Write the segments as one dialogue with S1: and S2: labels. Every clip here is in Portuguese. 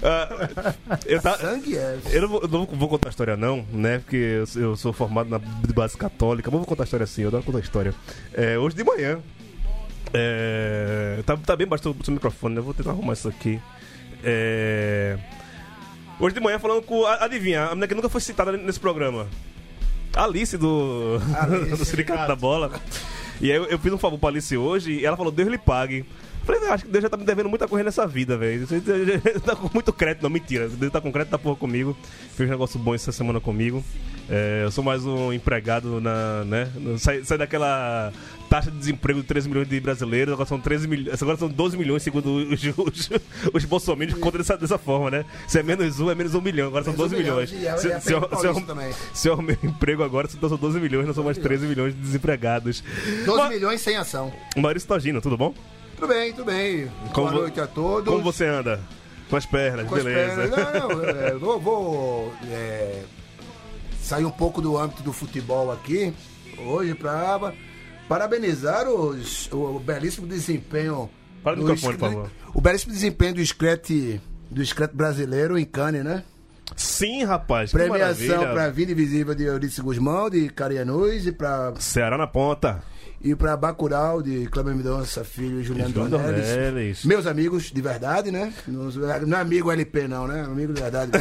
S1: Ah, eu, tá,
S2: Sangue é.
S1: eu não, vou, eu não vou contar a história, não, né? Porque eu, sou- eu sou formado na base católica, mas eu vou contar a história assim, eu não vou contar a história. É, hoje de manhã. é, tá, tá bem baixo o seu microfone, né? Eu vou tentar arrumar isso aqui. É, hoje de manhã falando com. a- Adivinha, a menina que nunca foi citada nesse programa. Alice do, do Sindicato da Bola. E aí eu, eu fiz um favor pra Alice hoje e ela falou, Deus lhe pague. Eu Falei, "Não, acho que Deus já tá me devendo muita coisa nessa vida, velho. Você- você- você tá com muito crédito, não, mentira. Deus tá com crédito da porra comigo. Fez um negócio bom essa semana comigo. É, eu sou mais um empregado na. né? no- Sai, sai daquela taxa de desemprego de 13 milhões de brasileiros, agora são 13 milhões. Agora são 12 milhões, segundo os, os, os bolsominions contam dessa, dessa forma, né? Se é menos um, é menos um milhão, agora são
S2: Menos
S1: 12
S2: um milhão,
S1: milhões.
S2: e é-
S1: Se-
S2: é
S1: se eu-
S2: Pedro
S1: se eu-
S2: Paulista também.
S1: se eu arrumei um emprego agora, então são 12 milhões, não são mais 13 milhões de desempregados.
S2: 12
S1: Ma-
S2: milhões sem ação.
S1: Maurício Togino, tudo bom?
S2: Tudo bem, tudo bem.
S1: Como
S2: Boa
S1: vo-
S2: noite a todos.
S1: Como você anda? Com as pernas,
S2: Com as
S1: beleza.
S2: pernas- Não, não, é, eu vou, vou, é, sair um pouco do âmbito do futebol aqui hoje para parabenizar os- o, belíssimo desempenho.
S1: Para o
S2: do
S1: microfone,
S2: escre-
S1: por favor.
S2: O belíssimo desempenho do escrete, do escrete brasileiro em Cannes, né?
S1: Sim, rapaz. que
S2: Premiação
S1: maravilha.
S2: para Vida Invisível de Euridice Guzmão, de Carianuz, e para
S1: Ceará na ponta.
S2: e para Bacurau, de Cláudio Mendonça, filho e Juliano
S1: Juliano Dornelles.
S2: Dornelles. Meus amigos, de verdade, né? Não não é amigo LP, não, né? Amigo de verdade.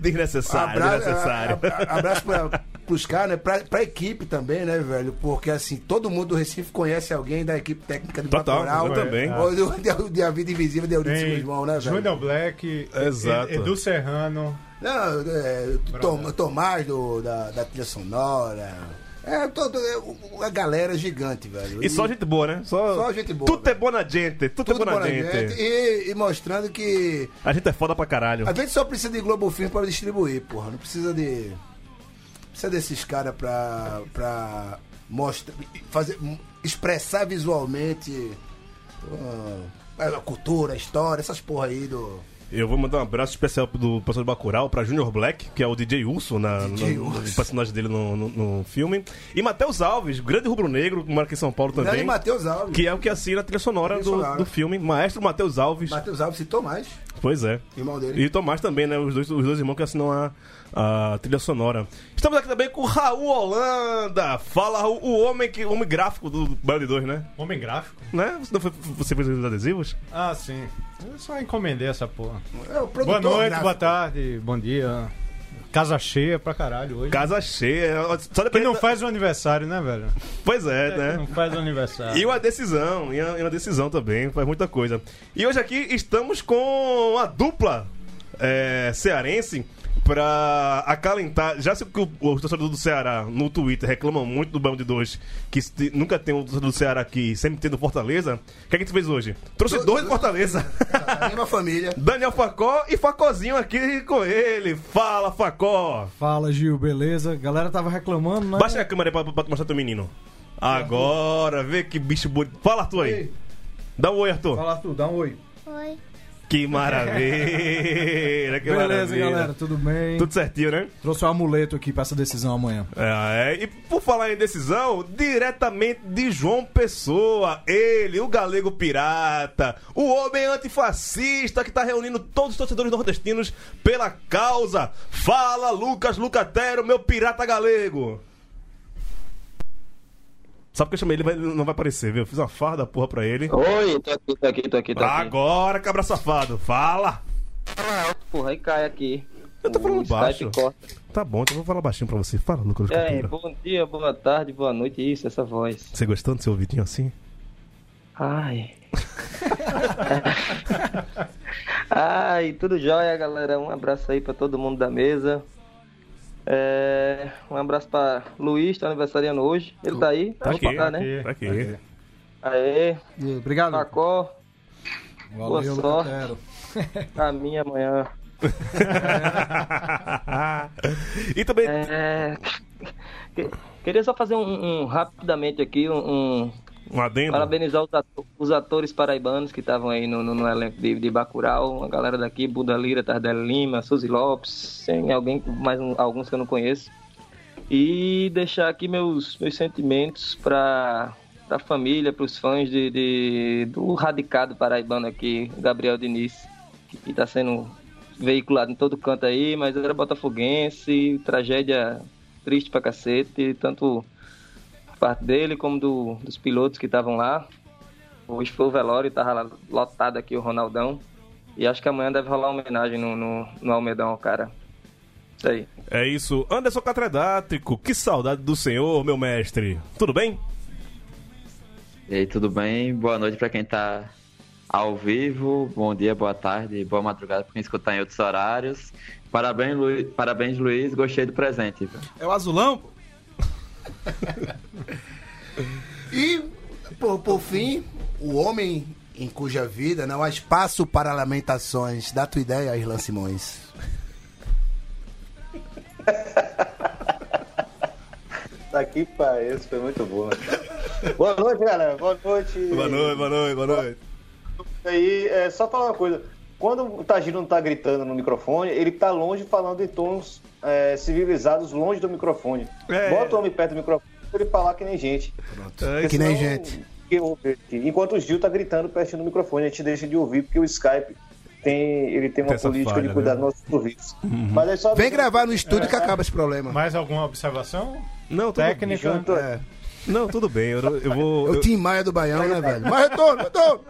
S1: desnecessário, desnecessário.
S2: a- a- abraço pra, pros caras, né? Pra, pra equipe também, né, velho? Porque, assim, todo mundo do Recife conhece alguém da equipe técnica de
S1: Total,
S2: Bacurau.
S1: eu também.
S2: Ou do, de, de A Vida Invisível de Euridice
S3: Tem
S2: Guzmão, né, velho?
S3: Júnior É Black,
S1: Exato.
S3: Exato. Edu Serrano.
S2: Não, é, Tom- Tomás do, da, da trilha sonora. É, todo, é, o- a galera gigante, velho.
S1: E só gente boa, né? Só,
S2: é. Só gente boa,
S1: Tudo é
S2: velho.
S1: bom na gente. Tudo,
S2: tudo
S1: é bom na gente. é.
S2: E, e mostrando que
S1: A gente é foda pra caralho.
S2: a gente só precisa de Globo Filme para distribuir, porra. Não precisa de. Precisa desses caras pra, pra mostrar, fazer, expressar visualmente pô, a cultura, a história, essas porra aí do.
S1: Eu vou mandar um abraço especial do pessoal de Bacurau pra Junior Black, que é o DJ Urso, na,
S2: DJ
S1: no-
S2: Urso.
S1: no personagem dele no, no- no filme. E Matheus Alves, grande rubro-negro, que mora aqui em São Paulo
S2: Grande
S1: também.
S2: Matheus Alves.
S1: Que é o que assina a trilha sonora,
S2: Trilha
S1: do,
S2: sonora.
S1: do filme. Maestro Matheus Alves.
S2: Matheus Alves citou mais,
S1: Pois é.
S2: irmão dele.
S1: E o Tomás também, né? Os dois, os dois irmãos que assinam a, a trilha sonora. Estamos aqui também com o Raul Holanda. Fala, Raul, o homem, que, o homem gráfico do Band 2, né?
S3: Homem gráfico?
S1: né? Você, não foi- você fez os adesivos?
S3: Ah, sim. Eu só encomendei essa porra.
S2: É o produtor
S3: Boa noite,
S2: gráfico.
S3: boa tarde, bom dia. Casa cheia pra caralho hoje.
S1: Casa cheia. Só
S3: Quem
S1: depende
S3: não
S1: da-
S3: faz o aniversário, né, velho?
S1: Pois é, né?
S3: Não faz o aniversário.
S1: E uma decisão, e uma, e uma decisão também, faz muita coisa. E hoje aqui estamos com a dupla é, cearense pra acalentar. Já sei que o- os torcedores do Ceará no Twitter reclamam muito do Bão de Dois, que se- nunca tem um torcedor do Ceará aqui, sempre tem do Fortaleza. O que é que a gente fez hoje? Trouxe dois do Fortaleza.
S2: A mesma família.
S1: Daniel Facó e Facozinho aqui com ele. Fala, Facó!
S4: Fala, Gil, beleza? Galera tava reclamando, né?
S1: Baixa a câmera aí pra, pra tu mostrar teu menino. Agora, vê que bicho bonito. Fala, Arthur aí.
S4: Ei.
S1: Dá um oi, Arthur.
S4: Fala tu, dá um oi.
S5: Oi.
S1: Que maravilha, que
S4: Beleza,
S1: maravilha.
S4: galera, tudo bem?
S1: Tudo certinho, né?
S4: Trouxe o amuleto aqui pra essa decisão amanhã.
S1: É, é. E por falar em decisão, diretamente de João Pessoa, ele, o galego pirata, o homem antifascista que tá reunindo todos os torcedores nordestinos pela causa. Fala, Lucas Lucatero, meu pirata galego. Sabe que eu chamei ele, mas ele não vai aparecer, viu? Eu fiz uma farda porra pra ele.
S6: Oi, tô aqui, tô aqui, tô aqui, tô aqui.
S1: Agora, cabra safado, fala!
S6: Ah, Porra, aí cai aqui.
S1: Eu tô falando
S6: O Skype
S1: baixo.
S6: corta.
S1: Tá bom, então eu vou falar baixinho pra você. Fala, Lucas
S6: É,
S1: Lucatero.
S6: bom dia, boa tarde, boa noite, isso, essa voz.
S1: Você gostando do seu ouvidinho assim?
S6: Ai. Ai, tudo jóia, galera. Um abraço aí pra todo mundo da mesa. É, um abraço pra Luiz, tá aniversariando hoje. Ele tá aí? Tá
S1: aqui,
S6: tá, né?
S1: Tá aqui.
S6: Aê,
S4: Obrigado.
S6: Facó, Ah, boa
S4: Valeu,
S6: sorte.
S4: Lutero.
S6: a minha amanhã.
S1: e também.
S6: É, que- Queria só fazer um, um- rapidamente aqui, um- um,
S1: Um adendo.
S6: Parabenizar os, ato- os atores paraibanos que estavam aí no, no- no elenco de, de Bacurau, a galera daqui, Buda Lira, Tardelli Lima, Suzy Lopes, tem alguém, mais um- alguns que eu não conheço. E deixar aqui meus, meus sentimentos para a família, para os fãs de, de- do radicado paraibano aqui, Gabriel Diniz, que está sendo veiculado em todo canto aí, mas era botafoguense, tragédia triste pra cacete, tanto parte dele como do- dos pilotos que estavam lá. Hoje foi o velório, tava lá lotado aqui o Ronaldão. E acho que amanhã deve rolar uma homenagem no, no, no Almedão ao cara. Isso aí.
S1: É isso. Anderson Catredátrico, que saudade do senhor, meu mestre. Tudo bem?
S7: E aí, tudo bem? Boa noite pra quem tá ao vivo, bom dia, boa tarde, boa madrugada pra quem escutar em outros horários. Parabéns, Luiz, Parabéns, Luiz. gostei do presente.
S4: É o azulão? pô?
S2: E, por, por fim, o homem em cuja vida não há espaço para lamentações. Dá tua ideia, Irlan Simões.
S8: Tá aqui pra esse, foi muito boa. boa noite, galera. Boa noite.
S1: Boa noite, boa noite, boa noite.
S8: Aí, é, só falar uma coisa. Quando o Tajiro não tá gritando no microfone, ele tá longe falando em tons é, civilizados, longe do microfone.
S1: É.
S8: Bota o homem perto do microfone pra ele falar que nem gente.
S1: É
S2: que
S1: isso.
S2: nem
S8: Então,
S2: gente.
S8: que eu ouvi aqui. Enquanto o Gil tá gritando pertinho do microfone, a gente deixa de ouvir, porque o Skype tem, ele tem uma
S1: Tem essa
S8: política
S1: falha,
S8: de cuidar
S1: né? Uhum.
S8: dos nossos ouvidos. Mas é só.
S2: Vem gravar no estúdio que acaba esse problema.
S3: Mais alguma observação?
S1: Não, tudo,
S3: Técnica?
S8: Junto-
S2: É.
S1: não, tudo bem. Eu, eu vou.
S2: O
S1: eu-
S2: Tim Maia do Baião, né, velho? Mas retorno, retorno!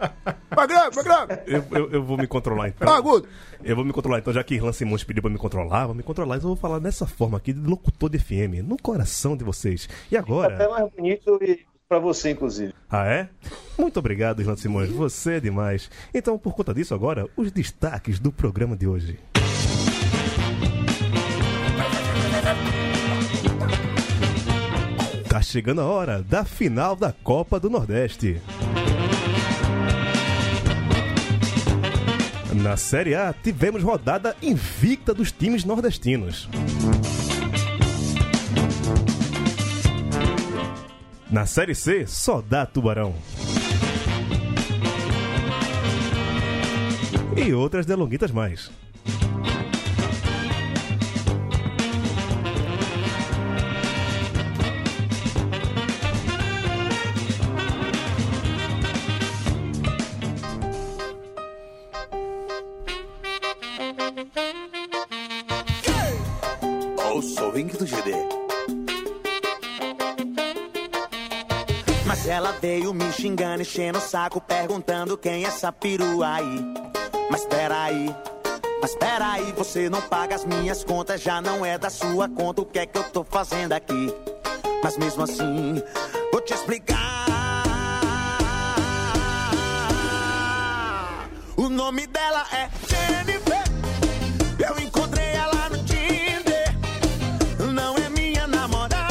S2: Mas grave, mas grave!
S1: Eu, eu- eu vou me controlar então.
S2: Tá agudo!
S1: Eu vou me controlar então, já que Irlan Simões pediu pra me controlar, eu vou me controlar. Então eu vou falar dessa forma aqui, de locutor de FM, no coração de vocês. E
S8: Tá até
S1: agora?
S8: mais bonito e pra você, inclusive.
S1: Ah, é? Muito obrigado, Irlan Simões. Você é demais. Então, por conta disso, agora, os destaques do programa de hoje. Tá chegando a hora da final da Copa do Nordeste. Na Série A, tivemos rodada invicta dos times nordestinos. Na Série C, só dá Tubarão. E outras delonguitas mais.
S9: Mas ela veio me xingando, enchendo o saco, perguntando quem é essa perua aí. Mas peraí, mas Mas peraí, você não paga as minhas contas, já não é da sua conta o que é que eu tô fazendo aqui. Mas mesmo assim, vou te explicar. O nome dela é Jennifer. Eu encontrei ela no Tinder. Não é minha namorada.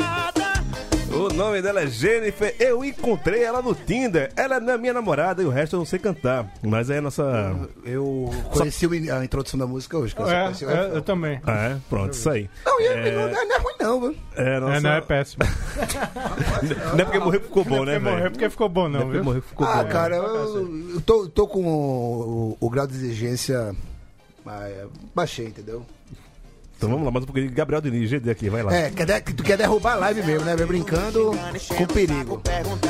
S1: O nome dela é Jennifer. Eu encontrei ela no Tinder. Ela não é minha namorada e o resto eu não sei cantar. Mas é a nossa.
S2: Eu Conheci o in- a introdução da música hoje. Que eu só conheci o refrão.
S3: É, eu também.
S1: Ah, é? Pronto, isso aí.
S2: Não, e
S1: É-
S2: é... Não, é- não é ruim, não, viu?
S1: É, nossa...
S3: É, não, é péssimo.
S1: Não é porque morreu que ficou bom, né,
S3: Porque
S1: velho?
S3: morreu porque ficou bom,
S1: Não é
S3: não,
S1: porque
S3: viu?
S1: morreu que ficou
S2: Ah,
S1: bom.
S2: cara, eu, eu tô, tô com o, o grau de exigência. ah, é, Baixei, entendeu?
S1: Então vamos lá, mais um pouquinho de Gabriel Diniz, GD aqui, vai lá.
S2: É, quer, de- tu quer derrubar a live mesmo, né? velho? Brincando com perigo.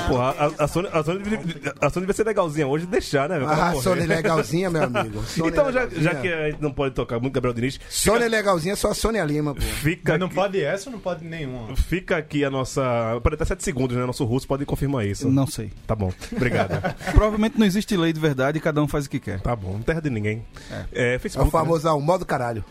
S1: Porra, a, a Sony, a, Sony, devia- a Sony devia ser legalzinha hoje e deixar, né? velho?
S2: Ah,
S1: Porra.
S2: Sony legalzinha, meu amigo. Sony
S1: então, já,
S2: legalzinha.
S1: já que a gente não pode tocar muito Gabriel Diniz,
S2: Sônia legalzinha é só a Sônia Lima, pô.
S1: fica,
S3: Não pode essa ou não pode nenhuma?
S1: fica aqui a nossa. Pode até 7 segundos, né? Nosso russo pode confirmar isso.
S4: Não sei.
S1: Tá bom, obrigado.
S4: Provavelmente não existe lei de verdade e cada um faz o que quer.
S1: tá bom, não terra de ninguém. É,
S2: É o
S1: Facebook. né?
S2: famoso ah, o modo caralho.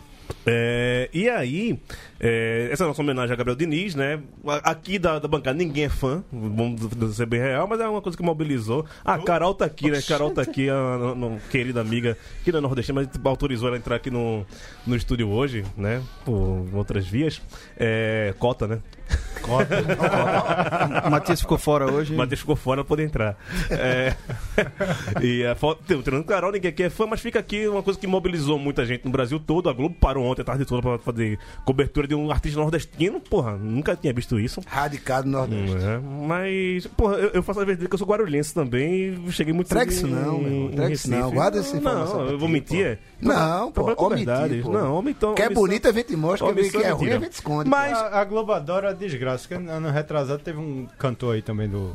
S1: É, e aí, é, essa é a nossa homenagem a Gabriel Diniz, né? A- Aqui da, da bancada ninguém é fã, vamos ser bem real, mas é uma coisa que mobilizou. A Carol tá aqui, né? Carol tá aqui, a, no- no- querida amiga, que não é nordestina, mas autorizou ela a entrar aqui no, no estúdio hoje, né? Por outras vias. É, cota, né?
S4: O Matias ficou fora hoje.
S5: Hum.
S1: Mas deixa ficou fora pra poder entrar. É, e a foto. Tem o Treinando Carol, ninguém aqui é fã, mas fica aqui uma coisa que mobilizou muita gente no Brasil todo. A Globo parou ontem a tarde toda pra fazer cobertura de um artista nordestino. Porra, nunca tinha visto isso.
S2: Radicado no Nordeste.
S1: É, mas, porra, eu, eu faço a verdade que eu sou guarulhense também e cheguei muito
S2: Traga
S1: cedo
S2: isso não,
S1: em-
S2: meu irmão.
S1: em
S2: Traga isso não.
S1: Recife.
S2: Guarda essa informação
S1: Não,
S2: pra
S1: eu vou
S2: ti,
S1: mentir. é?
S2: Não, pô,
S1: Trabalho com
S2: omitir,
S1: verdades.
S2: pô.
S1: Não, omitir.
S2: Que é bonito, a gente mostra.
S1: omissão
S2: Que é
S1: é
S2: ruim,
S1: mentira.
S2: a gente esconde.
S1: Mas,
S3: A, a Globo adora a desgraça, que ano retrasado teve um cantor aí também do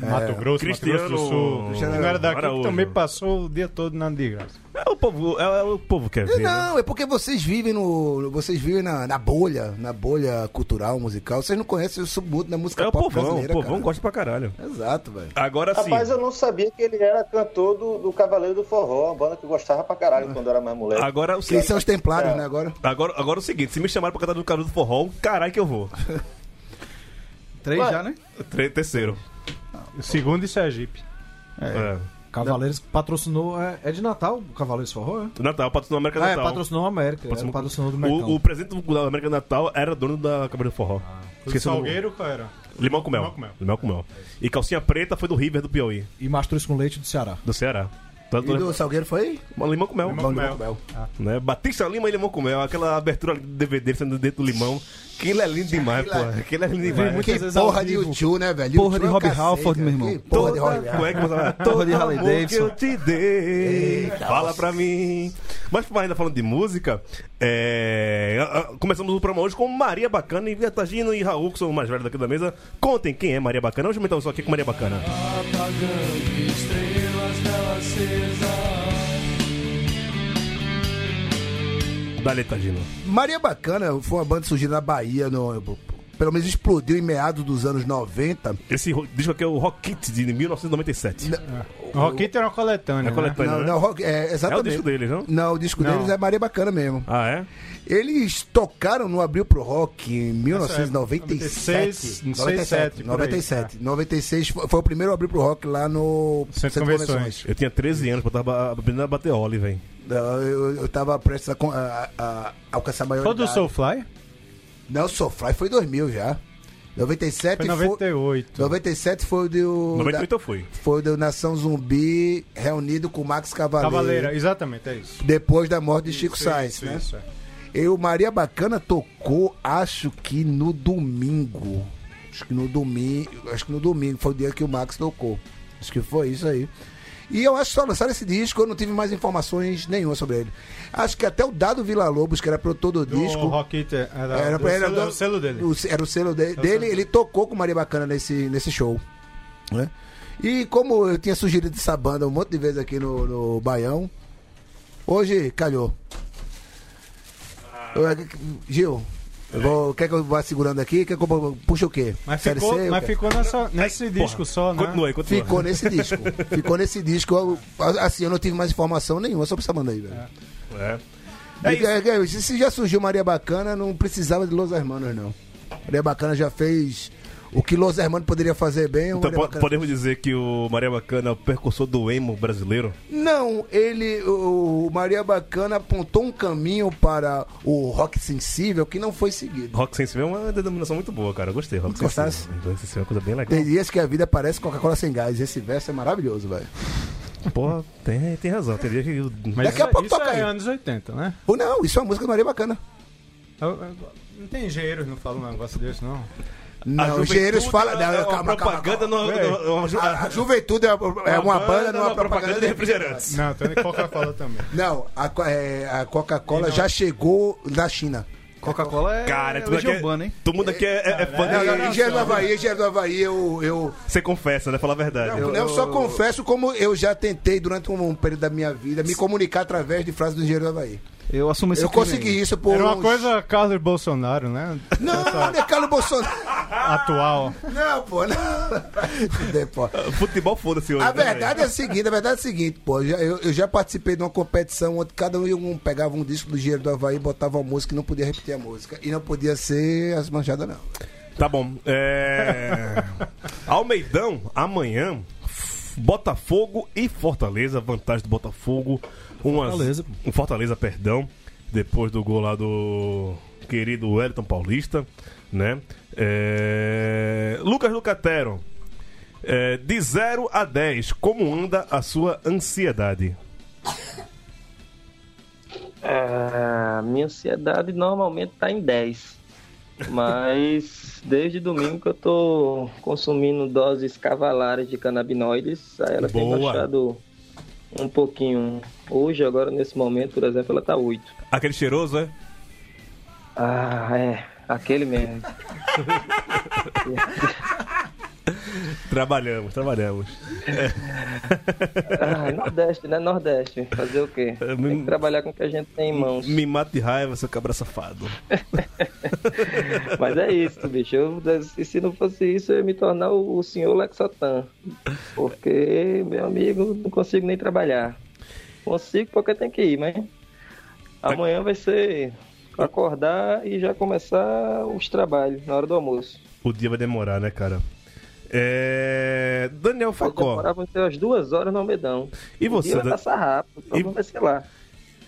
S3: Mato Grosso,
S1: Cristiano-
S3: Mato Grosso do Sul.
S1: Cristiano
S3: Um cara daqui
S1: Araújo.
S3: que também passou o dia todo na desgraça.
S1: é o povo, é, é o povo que quer ver. né?
S2: Não, é porque vocês vivem no. Vocês vivem na, na bolha, na bolha cultural, musical. Vocês não conhecem o submundo da música
S1: É o
S2: pop
S1: povão, o
S2: brasileira.
S1: povão
S2: cara.
S1: gosta pra caralho.
S2: Exato, velho.
S1: Agora sim.
S8: Rapaz, eu não sabia que ele era cantor do, do Cavaleiro do Forró, uma banda que eu gostava pra caralho quando eu era mais moleque.
S1: Agora o
S2: Quem
S1: seguinte.
S2: são os templários,
S8: É.
S2: né, agora?
S1: Agora, agora é o seguinte, se me chamarem pra cantar do Caruso do Forró, caralho que eu vou.
S4: Três já, né?
S1: Tre- Terceiro.
S3: O segundo e Sergipe.
S1: É.
S5: Cavaleiros patrocinou. É, é de Natal o Cavaleiros Forró? É?
S1: Do Natal, patrocinou a América do
S5: Ah, é,
S1: Natal.
S5: patrocinou a América.
S1: Patrocinou-
S5: Patrocinou, patrocinou do Mercão.
S1: O, o presidente do- da América do Natal era dono da Cabra do Forró.
S3: O
S1: Esqueci o nome.
S3: Salgueiro, qual era?
S1: Limão com mel.
S3: Limão com mel.
S1: Limão com mel. E calcinha preta foi do River do Piauí,
S5: E Mastruz com Leite do Ceará.
S1: do Ceará. Tá-
S2: E do Salgueiro foi?
S1: Limão com mel.
S3: Limão com mel.
S1: Né? Batista Lima e Limão com mel. Aquela abertura ali do DVD sendo dentro do limão. Aquilo é lindo demais, pô. Aquilo é lindo demais.
S2: Que
S4: vezes
S2: porra
S4: ao
S2: de
S4: vivo.
S2: U2, né, velho?
S4: Porra
S2: U2
S4: de
S2: é um
S4: Rob
S2: cacete,
S4: Halford, meu
S2: velho.
S4: irmão.
S2: Que porra de
S1: Toda-
S2: Rob
S1: como é
S2: Halford.
S1: que você
S4: Porra
S1: fala?
S4: de
S1: Todo
S4: Harley
S1: amor que
S4: Davidson.
S1: eu te dei, fala pra mim. Mas mas ainda falando de música, é, a- a- começamos o programa hoje com Maria Bacana e Viatagino e Raul, que são os mais velhos daqui da mesa. Contem quem é Maria Bacana. Hoje aumentar o som aqui com Maria Bacana. Dá-lhe, Tagino.
S2: Maria é Bacana foi uma banda surgida na Bahia, no, pelo menos explodiu em meados dos anos 90.
S1: Esse ro- disco aqui é o Rock Kit de 1997.
S3: O Roquito era uma coletânea.
S1: É
S3: né?
S1: coletânea,
S2: Não,
S1: né?
S2: não, rock- é,
S1: É o
S2: exatamente.
S1: disco deles, não?
S2: Não, o disco
S3: Não.
S2: deles é Maria Bacana mesmo.
S1: Ah, é?
S2: Eles tocaram no Abril pro Rock em 1997.
S3: 96, 97,
S2: 97.
S3: por aí.
S2: 97. 96 foi foi o primeiro Abril pro Rock lá no
S3: Centro de Convenções.
S1: Eu tinha 13 anos, eu tava aprendendo a bater óleo, velho.
S2: Não, eu, eu tava prestes a, con- a- a- a alcançar a
S3: Foi do
S2: maioridade.
S3: Soulfly?
S2: Não, o Soulfly foi 2000 já. 97
S3: Foi 98.
S2: 97 foi o do.
S1: 98 eu fui.
S2: Foi o do Nação Zumbi reunido com o Max Cavaleiro.
S3: Cavaleira, exatamente, é isso.
S2: Depois da morte de Chico
S3: Isso,
S2: Sainz,
S3: isso,
S2: né?
S3: isso, é.
S2: Eu, Maria Bacana tocou, acho que no domingo. Acho que no domingo. Acho que no domingo foi o dia que o Max tocou. Acho que foi isso aí. E eu acho que só lançaram esse disco, eu não tive mais informações nenhuma sobre ele. Acho que até o Dado Vila Lobos, que era produtor do,
S3: Do
S2: disco.
S3: Roquito é, era,
S2: Era,
S3: do
S2: era
S3: selo-
S2: do-
S3: o selo dele.
S2: o- era o selo de- dele, ele tocou com Maria Bacana nesse, nesse show. Né? E como eu tinha sugerido essa banda um monte de vezes aqui no, no Baião, hoje calhou.
S3: Ah.
S2: Eu- Gil, eu vou- quer que eu vá segurando aqui? Quer que eu puxe o quê?
S3: Mas
S2: Série
S3: ficou,
S2: C, o
S3: mas
S2: quê?
S3: ficou nessa- nesse disco só, né?
S1: Continua aí, continua.
S2: Ficou nesse disco. Ficou nesse disco. Eu- assim, eu não tive mais informação nenhuma sobre essa banda aí, velho.
S1: É.
S2: É é, é, Se já surgiu Maria Bacana, não precisava de Los Hermanos, não. Maria Bacana já fez o que Los Hermanos poderia fazer bem. o
S1: Então
S2: Maria
S1: po-
S2: Bacana-
S1: podemos dizer que o Maria Bacana é o percursor do emo brasileiro?
S2: Não, ele, o Maria Bacana apontou um caminho para o rock sensível que não foi seguido.
S1: Rock Sensível é uma denominação muito boa, cara. Eu gostei. Rock
S2: Gostasse?
S1: Sensível. Rock Sensível é uma coisa bem legal.
S2: Tem dias que a vida parece Coca-Cola sem gás. Esse verso é maravilhoso, velho.
S1: Porra, tem, tem razão. Tem dia que...
S3: Mas
S2: Daqui a
S3: isso-
S2: pouco
S3: isso
S2: toca
S3: é
S2: aí.
S3: anos 80, né?
S2: Ou não, isso é uma música do Maria Bacana.
S3: Eu- eu- Não tem engenheiros não falam um negócio desse, não.
S2: Não, os engenheiros falam. Não, calma, calma, calma. A, a juventude é, é uma, banda, não é uma propaganda de refrigerantes.
S3: Não, tem Coca-Cola também.
S2: Não, a, co- é, a Coca-Cola já chegou da China.
S4: Coca-Cola é
S1: Cara, tudo aqui é- todo mundo aqui é, é, é fã
S2: Não,
S1: de-
S2: não, não, Engenheiro do Havaí, Engenheiro do Havaí, eu. eu
S1: Você confessa, né? Falar a verdade.
S2: eu, só confesso como eu já tentei durante um, período da minha vida me comunicar através de frases do Engenheiro do Havaí.
S4: Eu assumo esse
S2: Eu
S4: crime
S2: consegui
S4: aí.
S2: isso por
S3: Era uma
S2: uns-
S3: coisa Carlos Bolsonaro, né?
S2: Não, não é Carlos Bolsonaro.
S3: Atual.
S2: Não, pô, não. Vai se fuder, pô.
S1: Futebol foda-se hoje.
S2: A
S1: né,
S2: verdade é a
S1: velho?
S2: seguinte, a verdade é a seguinte, pô, já- eu, eu já participei de uma competição onde cada um pegava um disco do Engenheiro do Havaí, botava uma música e não podia repetir a música. E não podia ser as manchadas, não.
S1: Tá bom. É... Almeidão, amanhã, F- Botafogo e Fortaleza. Vantagem do Botafogo. Umas...
S5: Fortaleza,
S1: Um Fortaleza, perdão. Depois do gol lá do querido Wellington Paulista, né? É... Lucas Lucatero. é, de 0 a 10, como anda a sua ansiedade?
S6: Ah, minha ansiedade normalmente tá em 10. Mas desde domingo que eu tô consumindo doses cavalares de canabinoides, aí ela tem
S1: Boa.
S6: baixado um pouquinho. Hoje, agora nesse momento, por exemplo, ela tá 8.
S1: Aquele cheiroso, é?
S6: Ah, é, aquele mesmo.
S1: Trabalhamos, trabalhamos.
S6: Ah, Nordeste, né? Nordeste. Fazer o quê? Tem que trabalhar com o que a gente tem em mãos.
S1: Me mata de raiva, seu cabra safado.
S6: Mas é isso, bicho. Eu, e se não fosse isso, eu ia me tornar o, o senhor Lexotan. Porque, meu amigo, não consigo nem trabalhar. Consigo porque tem que ir, mas amanhã vai ser acordar e já começar os trabalhos na hora do almoço.
S1: O dia vai demorar, né, cara? É... Daniel
S6: Vai
S1: Facó.
S6: demorar vão ser umas duas horas no Almedão.
S1: E
S6: O
S1: você,
S6: dia vai
S1: Dan-
S6: passar rápido, o problema vai ser lá.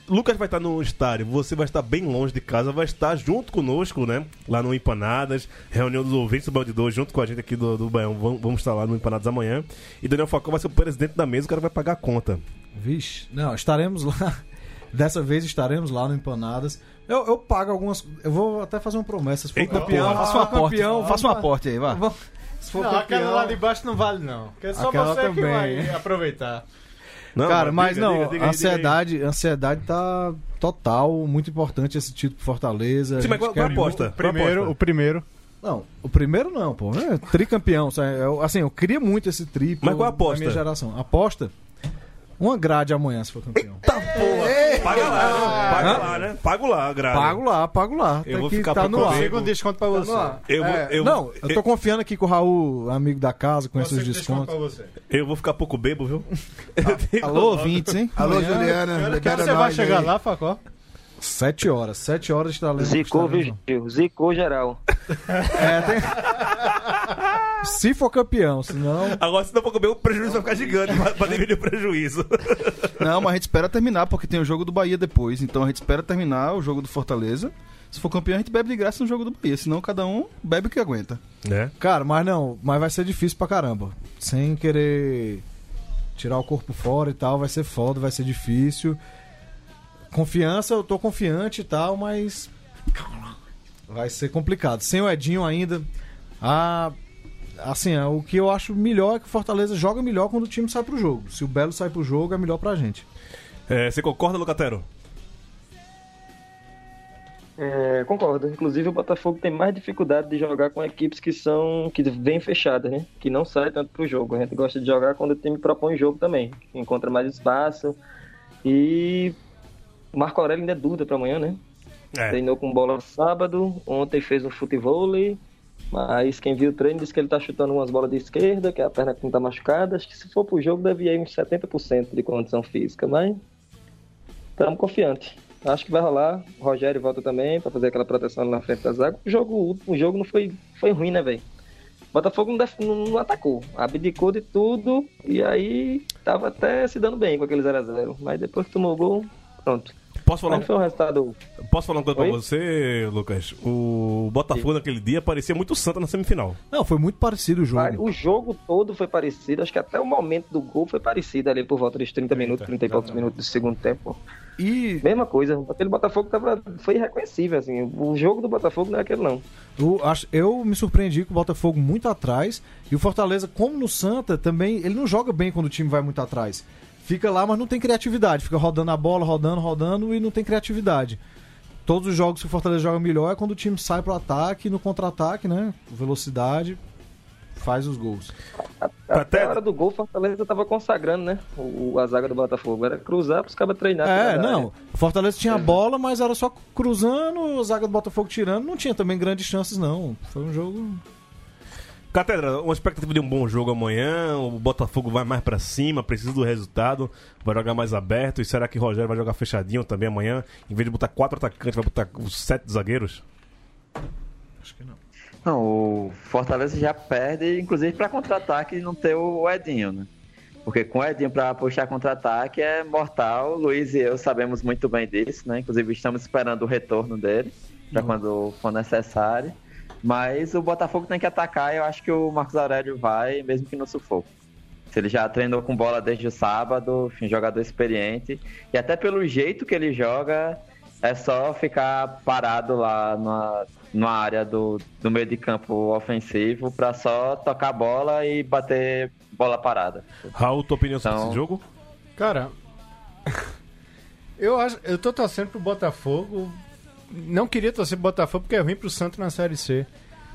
S1: Lucas vai estar no estádio, você vai estar bem longe de casa, vai estar junto conosco, né? Lá no Empanadas, reunião dos ouvintes do Balde 2, junto com a gente aqui do, do Baião. Vamos, vamos estar lá no Empanadas amanhã. E Daniel Facó vai ser o presidente da mesa, o cara vai pagar a conta.
S5: Vixe, não, estaremos lá. Dessa vez estaremos lá no Empanadas. Eu, eu pago algumas. Eu vou até fazer uma promessa. Se for
S4: Eita
S5: campeão,
S4: porra. Faça um aporte, faça um
S5: vamos-
S4: aporte aí, vá.
S5: vamos- Se for
S3: Não, aquela
S5: campeão.
S3: lá de baixo não vale, não. Porque é só
S5: Aquela
S3: você que
S5: também.
S3: vai aproveitar.
S5: Cara, mas não,
S3: aí,
S5: ansiedade, ansiedade tá total, muito importante esse título pro Fortaleza.
S3: Sim, mas
S5: gente
S3: qual- qual
S5: quer-
S3: aposta? O primeiro- Qual aposta? o primeiro.
S5: Não, o primeiro não, pô. É tricampeão, sabe? Eu- assim, eu queria muito esse tri.
S1: Mas qual a
S5: da
S1: aposta?
S5: minha geração. Aposta? Uma grade amanhã se for campeão.
S1: Paga lá, né? Paga lá, né? Pago lá, grave.
S5: Pago lá, pago lá.
S1: Eu
S5: Tá
S1: vou
S5: aqui,
S1: ficar
S5: tá
S1: pro
S5: no ar.
S1: comigo.
S3: desconto pra você.
S1: Eu vou-
S5: É,
S1: eu-
S5: não, eu tô
S1: eu-
S5: confiando aqui com o Raul, amigo da casa, conhece os descontos.
S1: Eu vou ficar pouco bebo, viu?
S5: Ah, Alô, ouvintes, hein?
S2: Alô,
S5: Amanhã-
S2: Juliana, Que hora libera que você vai nós chegar aí. lá,
S3: Facó?
S5: Sete horas, sete horas estaremos.
S6: Zicou,
S5: estaremos
S6: viu, Gil? Zicou geral.
S5: lá. Se for campeão, senão.
S1: Agora, se não for comer, o prejuízo vai ficar gigante pra, pra dividir o prejuízo.
S4: Não, mas a gente espera terminar, porque tem o jogo do Bahia depois. Então a gente espera terminar o jogo do Fortaleza. Se for campeão, a gente bebe de graça no jogo do Bahia. Senão cada um bebe o que aguenta.
S1: Né?
S5: Cara, mas não, mas vai ser difícil pra caramba. Sem querer tirar o corpo fora e tal, vai ser foda, vai ser difícil. Confiança, eu tô confiante e tal, mas. Vai ser complicado. Sem o Edinho ainda. A... Assim, é, o que eu acho melhor é que o Fortaleza joga melhor quando o time sai pro jogo. Se o Belo sai pro jogo, é melhor pra gente.
S1: É, você concorda, Lucatero?
S6: É, concordo. Inclusive o Botafogo tem mais dificuldade de jogar com equipes que são que vêm fechadas, né? Que não saem tanto pro jogo. A gente gosta de jogar quando o time propõe jogo também, que encontra mais espaço. E o Marco Aurélio ainda é dúvida para amanhã, né? Treinou com bola sábado, ontem fez um futevôlei, mas quem viu o treino disse que ele tá chutando umas bolas de esquerda, que é a perna que não tá machucada. Acho que se for pro jogo deve ir aí uns 70% de condição física, mas estamos confiantes. Acho que vai rolar. O Rogério volta também pra fazer aquela proteção ali na frente da zaga. O jogo, o jogo não foi, foi ruim, né, velho? Botafogo não, def- não- não atacou, abdicou de tudo e aí tava até se dando bem com aquele 0x0. Mas depois que tomou o gol, pronto.
S1: Posso falar?
S6: Mas foi um resultado.
S1: Posso falar uma coisa
S6: Oi?
S1: pra você, Lucas? O Botafogo naquele dia parecia muito Santa na semifinal.
S5: Não, foi muito parecido o jogo.
S6: O jogo todo foi parecido, acho que até o momento do gol foi parecido ali por volta dos 30 minutos, 30 e poucos minutos do segundo tempo.
S5: E
S6: mesma coisa, aquele Botafogo tava foi irreconhecível assim. O jogo do Botafogo não é aquele não.
S5: Eu, acho- eu me surpreendi com o Botafogo muito atrás. E o Fortaleza, como no Santa, também ele não joga bem quando o time vai muito atrás. Fica lá, mas não tem criatividade. Fica rodando a bola, rodando, rodando e não tem criatividade. Todos os jogos que o Fortaleza joga melhor é quando o time sai pro ataque, no contra-ataque, né? Velocidade, faz os gols.
S6: Até a hora do gol, o Fortaleza tava consagrando, né? O, a zaga do Botafogo. Era cruzar pros caras treinar.
S5: É,
S6: tirar da
S5: não.
S6: área.
S5: O Fortaleza tinha a bola, mas era só cruzando, a zaga do Botafogo tirando. Não tinha também grandes chances, não. Foi um jogo.
S1: Catedra, uma expectativa de um bom jogo amanhã. O Botafogo vai mais pra cima, precisa do resultado, vai jogar mais aberto. E será que o Rogério vai jogar fechadinho também amanhã? Em vez de botar quatro atacantes, vai botar os sete zagueiros?
S7: Não, o Fortaleza já perde, inclusive para contra-ataque e não ter o Edinho, né? Porque com o Edinho para puxar contra-ataque é mortal. O Luiz e eu sabemos muito bem disso, né? Inclusive estamos esperando o retorno dele para quando for necessário. Mas o Botafogo tem que atacar e eu acho que o Marcos Aurélio vai, mesmo que no sufoco. Se ele já treinou com bola desde o sábado, enfim, jogador experiente. E até pelo jeito que ele joga, é só ficar parado lá na, na área do, do meio de campo ofensivo pra só tocar a bola e bater bola parada.
S1: Raul, tua opinião sobre esse jogo?
S3: Cara, eu acho, eu tô torcendo pro Botafogo. Não queria torcer pro Botafogo porque é ruim pro Santos na Série C.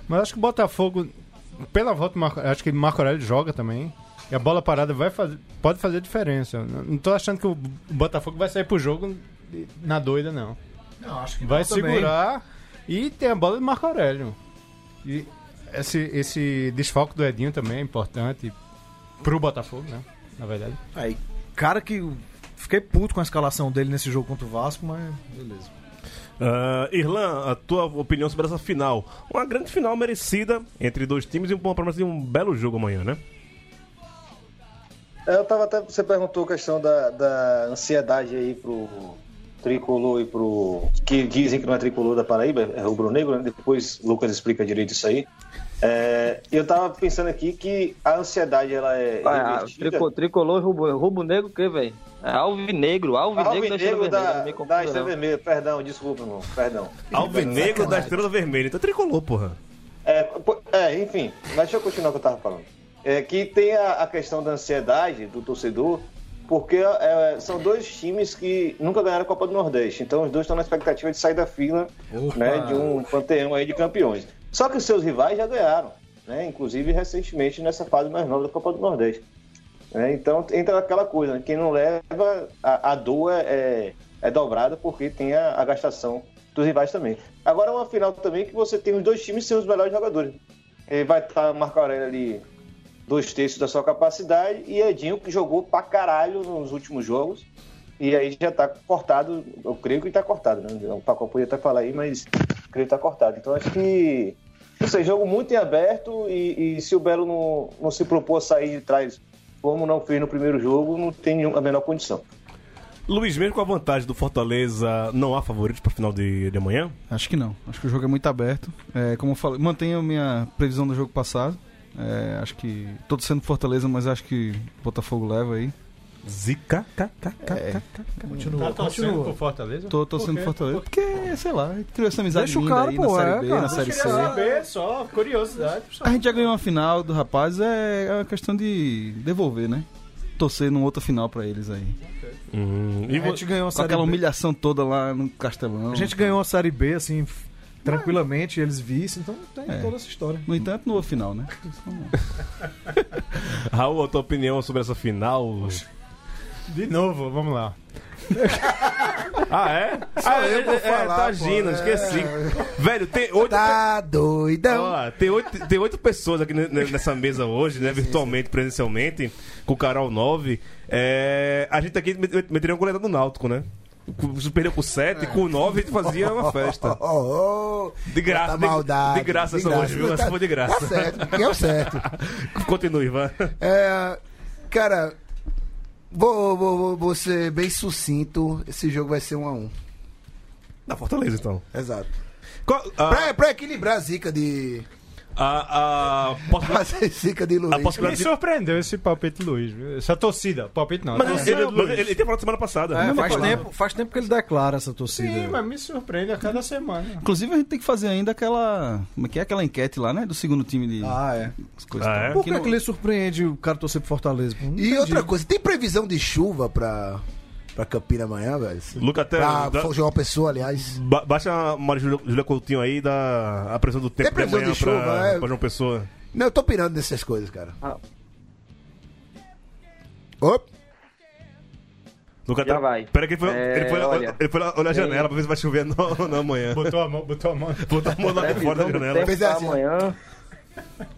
S3: Mas acho que o Botafogo, pela volta, do Marco- acho que o Marco Aurélio joga também. E a bola parada vai fazer, pode fazer diferença. Não não tô achando que o Botafogo vai sair pro jogo na doida, não.
S5: Não, acho
S3: Vai segurar e tem a bola do Marco Aurélio. E esse, esse desfalque do Edinho também é importante pro Botafogo, né? Na verdade.
S5: Aí, cara que. Fiquei puto com a escalação dele nesse jogo contra o Vasco, mas beleza.
S1: Ah, Irlan, a tua opinião sobre essa final? Uma grande final merecida entre dois times e uma promessa de um belo jogo amanhã, né?
S8: É, Eu tava até. Você perguntou a questão da, da ansiedade aí pro tricolor e pro. Que dizem que não é tricolor da Paraíba, é rubro-negro, né? Depois o Lucas explica direito isso aí. É, eu tava pensando aqui que a ansiedade ela é.
S6: Vai, ah,
S8: revertida.
S6: trico- tricolor e rubo, rubo negro o que, velho? É alvinegro, alvinegro da Estrela
S8: Alvinegro da,
S6: Vermelha. não me
S8: da,
S6: confunda,
S8: Estrela
S6: não.
S8: Vermelha, perdão, desculpa, irmão, perdão.
S6: é
S1: Alvinegro da Estrela Vermelha. Então tricolor, porra.
S8: É, pô- é, enfim, mas deixa eu continuar o que eu tava falando. É que tem a, a questão da ansiedade do torcedor, porque é, são dois times que nunca ganharam a Copa do Nordeste, então os dois estão na expectativa de sair da fila né, de um panteão aí de campeões. Só que os seus rivais já ganharam, né, inclusive recentemente nessa fase mais nova da Copa do Nordeste. né, então entra aquela coisa, né, quem não leva, a, a dor é, é dobrada porque tem a, a gastação dos rivais também. Agora é uma final também que você tem os dois times sem os melhores jogadores. Ele vai estar o Marco Aurélio ali dois terços da sua capacidade e Edinho que jogou pra caralho nos últimos jogos. E aí já tá cortado, eu creio que tá cortado, né? O Paco podia até falar aí, mas creio que tá cortado. Então acho que, não sei, jogo muito em aberto e, e se o Belo não, não se propor a sair de trás como não fez no primeiro jogo, não tem nenhum- a menor condição.
S1: Luiz, mesmo com a vantagem do Fortaleza, não há favoritos pra final de, de amanhã?
S4: Acho que não. Acho que o jogo é muito aberto. É, como eu falei, mantenho a minha previsão do jogo passado. É, acho que. Tô sendo Fortaleza, mas acho que o Botafogo leva aí.
S1: Zica,
S4: é.
S3: Tá torcendo pro Fortaleza?
S4: Tô torcendo
S3: Por quê?
S4: Fortaleza. Porque, sei lá, criou essa amizade
S3: Deixa o
S4: linda
S3: cara,
S4: aí
S3: pô,
S4: na
S3: é,
S4: Série B,
S3: cara.
S4: na
S3: Eu
S4: Série
S3: queria
S4: C.
S3: saber, só curiosidade.
S4: A gente já ganhou uma final do rapaz, é é uma questão de devolver, né? Torcer numa outra final pra eles aí.
S1: Hum,
S3: É,
S5: e A vo-
S3: tipo-
S5: gente ganhou
S4: Com
S5: a Série
S4: aquela
S5: B.
S4: humilhação toda lá no Castelão.
S5: A gente ganhou a Série B, assim, f- tranquilamente, eles vissem, então tem
S4: É.
S5: toda essa história.
S4: No entanto, não houve final, né?
S1: Raul, a tua opinião sobre essa final?
S3: De novo, vamos lá.
S1: Ah, é?
S3: Só
S1: ah,
S3: eu vou falar,
S1: tá
S3: pô,
S1: agindo,
S3: é.
S1: esqueci. Velho, tem oito. Tá doidão. tem, oito, tem oito pessoas aqui ne- ne- nessa mesa hoje, né? Virtualmente, presencialmente, com o Carol 9. É, a gente aqui met- meteria um goleiro do Náutico, né? Se perdeu com 7, com 9, a gente fazia uma festa. De graça,
S2: quanta
S1: de,
S2: maldade,
S1: de graça
S2: de
S1: essa
S2: graça.
S1: hoje, viu? Essa foi de graça.
S2: Tá certo, deu certo.
S1: Continue, Ivan.
S2: É, cara, vou, vou, vou- vou ser bem sucinto. Esse jogo vai ser um a um.
S1: Na Fortaleza, então.
S2: Exato.
S1: a-
S2: pra, pra equilibrar a zica de.
S1: A, a
S2: possibilidade, zica de Luiz.
S3: Me surpreendeu esse palpite do Luiz. viu? Essa torcida. Palpite não.
S1: Mas
S3: torcida
S1: ele,
S3: do
S1: ele,
S3: Luiz.
S1: ele, tem falado semana passada.
S3: É,
S1: Mesma
S3: faz
S1: coisa.
S3: tempo.
S4: Faz tempo que ele declara essa torcida.
S3: Sim, mas me surpreende a cada semana.
S4: Inclusive, a gente tem que fazer ainda aquela. Como é que é aquela enquete lá, né? Do segundo time de.
S5: Ah, é.
S4: As coisas
S5: Ah,
S4: e
S5: é?
S4: tal.
S5: Por que,
S4: não-
S5: que ele surpreende o cara torcer pro Fortaleza? Não
S2: E
S5: entendi.
S2: outra coisa, tem previsão de chuva pra, pra Campina amanhã, velho?
S1: Luca, até-
S2: Pra
S1: dá-
S2: João Pessoa, aliás.
S1: Ba- baixa a Maria Júlia- Júlia Coutinho aí da a previsão do tempo
S2: Tem previsão
S1: de manhã
S2: de chuva,
S1: pra,
S2: é.
S1: pra João Pessoa.
S2: Não, eu tô pirando nessas coisas, cara.
S6: Ah,
S2: Op.
S1: Luca,
S6: Já
S1: tá-
S6: vai.
S1: Pera que ele foi,
S6: É,
S1: ele foi, lá-
S6: olha.
S1: ele foi lá olhar a
S6: É.
S1: janela pra ver se vai chover não, não amanhã.
S3: Botou a mão, botou a mão.
S1: Botou a mão lá de fora da
S6: Previsão do
S1: janela.
S6: tempo pra amanhã.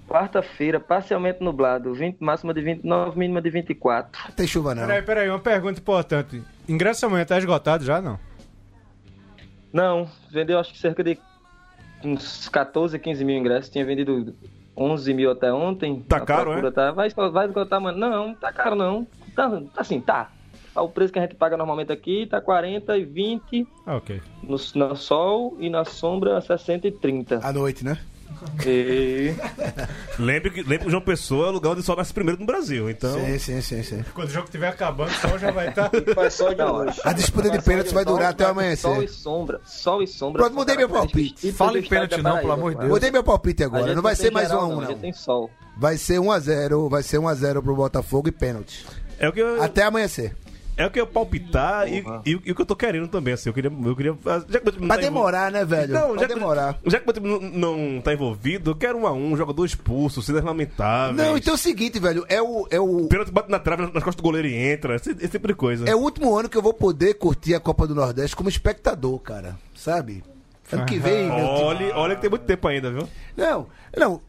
S6: Quarta-feira, parcialmente nublado. 20, máxima de 29, mínima de 24.
S2: Tem chuva
S3: Peraí, peraí, uma pergunta importante. Ingresso amanhã tá esgotado já, não?
S6: Não, vendeu acho que cerca de uns 14, 15 mil ingressos. Tinha vendido 11 mil até ontem. Tá
S1: caro, é?
S6: Tá, vai, esgo- vai esgotar, mano. Não, tá caro não. Tá, tá assim, tá. O preço que a gente paga normalmente aqui tá 40 e 20
S3: Ah, ok.
S6: no, no sol e na sombra 60 e 30.
S2: À noite, né?
S6: E...
S1: Lembre que, lembre que João Pessoa é o lugar onde só nasce primeiro no Brasil, então.
S2: Sim, sim, sim, sim.
S3: Quando o jogo estiver acabando, o sol já vai tá estar.
S8: Vai só de
S6: hoje.
S2: A disputa de pênaltis vai durar até o
S6: Sol e
S2: amanhecer.
S6: sombra. Sol e sombra.
S2: Pronto, mudei meu palpite.
S6: Fala em pênalti não, pelo amor de Deus.
S2: Mudei meu palpite
S6: né, A
S2: agora.
S6: gente
S2: Não vai
S6: tem
S2: ser mais um
S6: geral,
S2: a um,
S6: Já
S2: não.
S6: tem sol.
S2: Vai ser 1 a 0 vai ser 1 a 0 pro Botafogo e pênalti.
S1: É o que eu,
S2: Até amanhecer.
S1: é o que eu palpitar e, e, o- e o que eu tô querendo também, assim. Eu queria. Eu queria já que meu time não
S2: Pra
S1: tá envol-
S2: demorar, né, velho?
S1: Então,
S2: Pra
S1: já que-
S2: demorar.
S1: Já que o meu time não, não tá envolvido, eu quero um a um, jogador expulso, se lamentável.
S2: Não, então é o seguinte, velho, é o é o
S1: Pênalti bate na trave, nas costas do goleiro e entra. Esse, esse tipo de coisa.
S2: é o último ano que eu vou poder curtir a Copa do Nordeste como espectador, cara. Sabe? Ano que vem, meu time-
S1: Olha, olha que tem muito tempo ainda, viu?
S2: Não, não.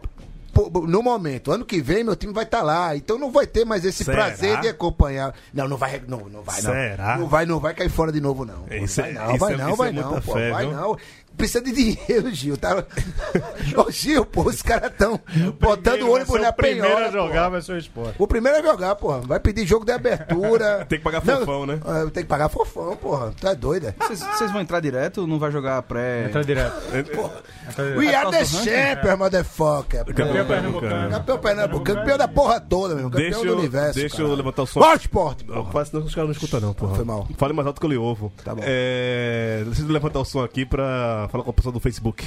S2: pô, No momento, ano que vem meu time vai estar lá, então não vai ter mais esse
S1: Será?
S2: prazer de acompanhar. Não, não vai, não, não vai não.
S1: Será?
S2: Não vai, não vai cair fora de novo não. pô.
S1: Isso
S2: vai
S1: é-
S2: não,
S1: isso
S2: vai
S1: é-
S2: não,
S1: isso
S2: vai
S1: é
S2: não,
S1: muita
S2: pô,
S1: fé,
S2: vai
S1: viu?
S2: não. Precisa de dinheiro, Gil, tá? Ô Gil, pô, os caras estão botando o ônibus na
S3: O primeiro a
S2: penhora. pô.
S3: jogar vai ser o esporte.
S2: O primeiro é jogar, porra. Vai pedir jogo de abertura.
S1: Tem que pagar
S2: Não,
S1: fofão, né?
S2: é, Tem que pagar fofão, porra. Tu é doida.
S4: Vocês vocês vão entrar direto? Não vai jogar pré.
S3: Entra direto.
S4: causa
S3: Entra direto.
S1: É,
S2: We are the
S4: do ranking?
S2: champions, motherfucker. pô.
S1: Campeão
S3: pernambucano.
S2: Campeão Pernambucano, campeão da porra toda, meu. Campeão
S1: Deixa
S2: do
S1: eu,
S2: universo.
S1: deixa
S2: cara.
S1: eu levantar o som.
S2: Bora, esporte,
S1: Eu
S2: porra.
S1: faço, senão os caras não escutam, não, porra.
S2: Foi mal.
S1: Fale mais alto que eu lhe ovo.
S2: Tá bom.
S1: É, deixa eu levantar o som aqui pra falar com a pessoa do Facebook.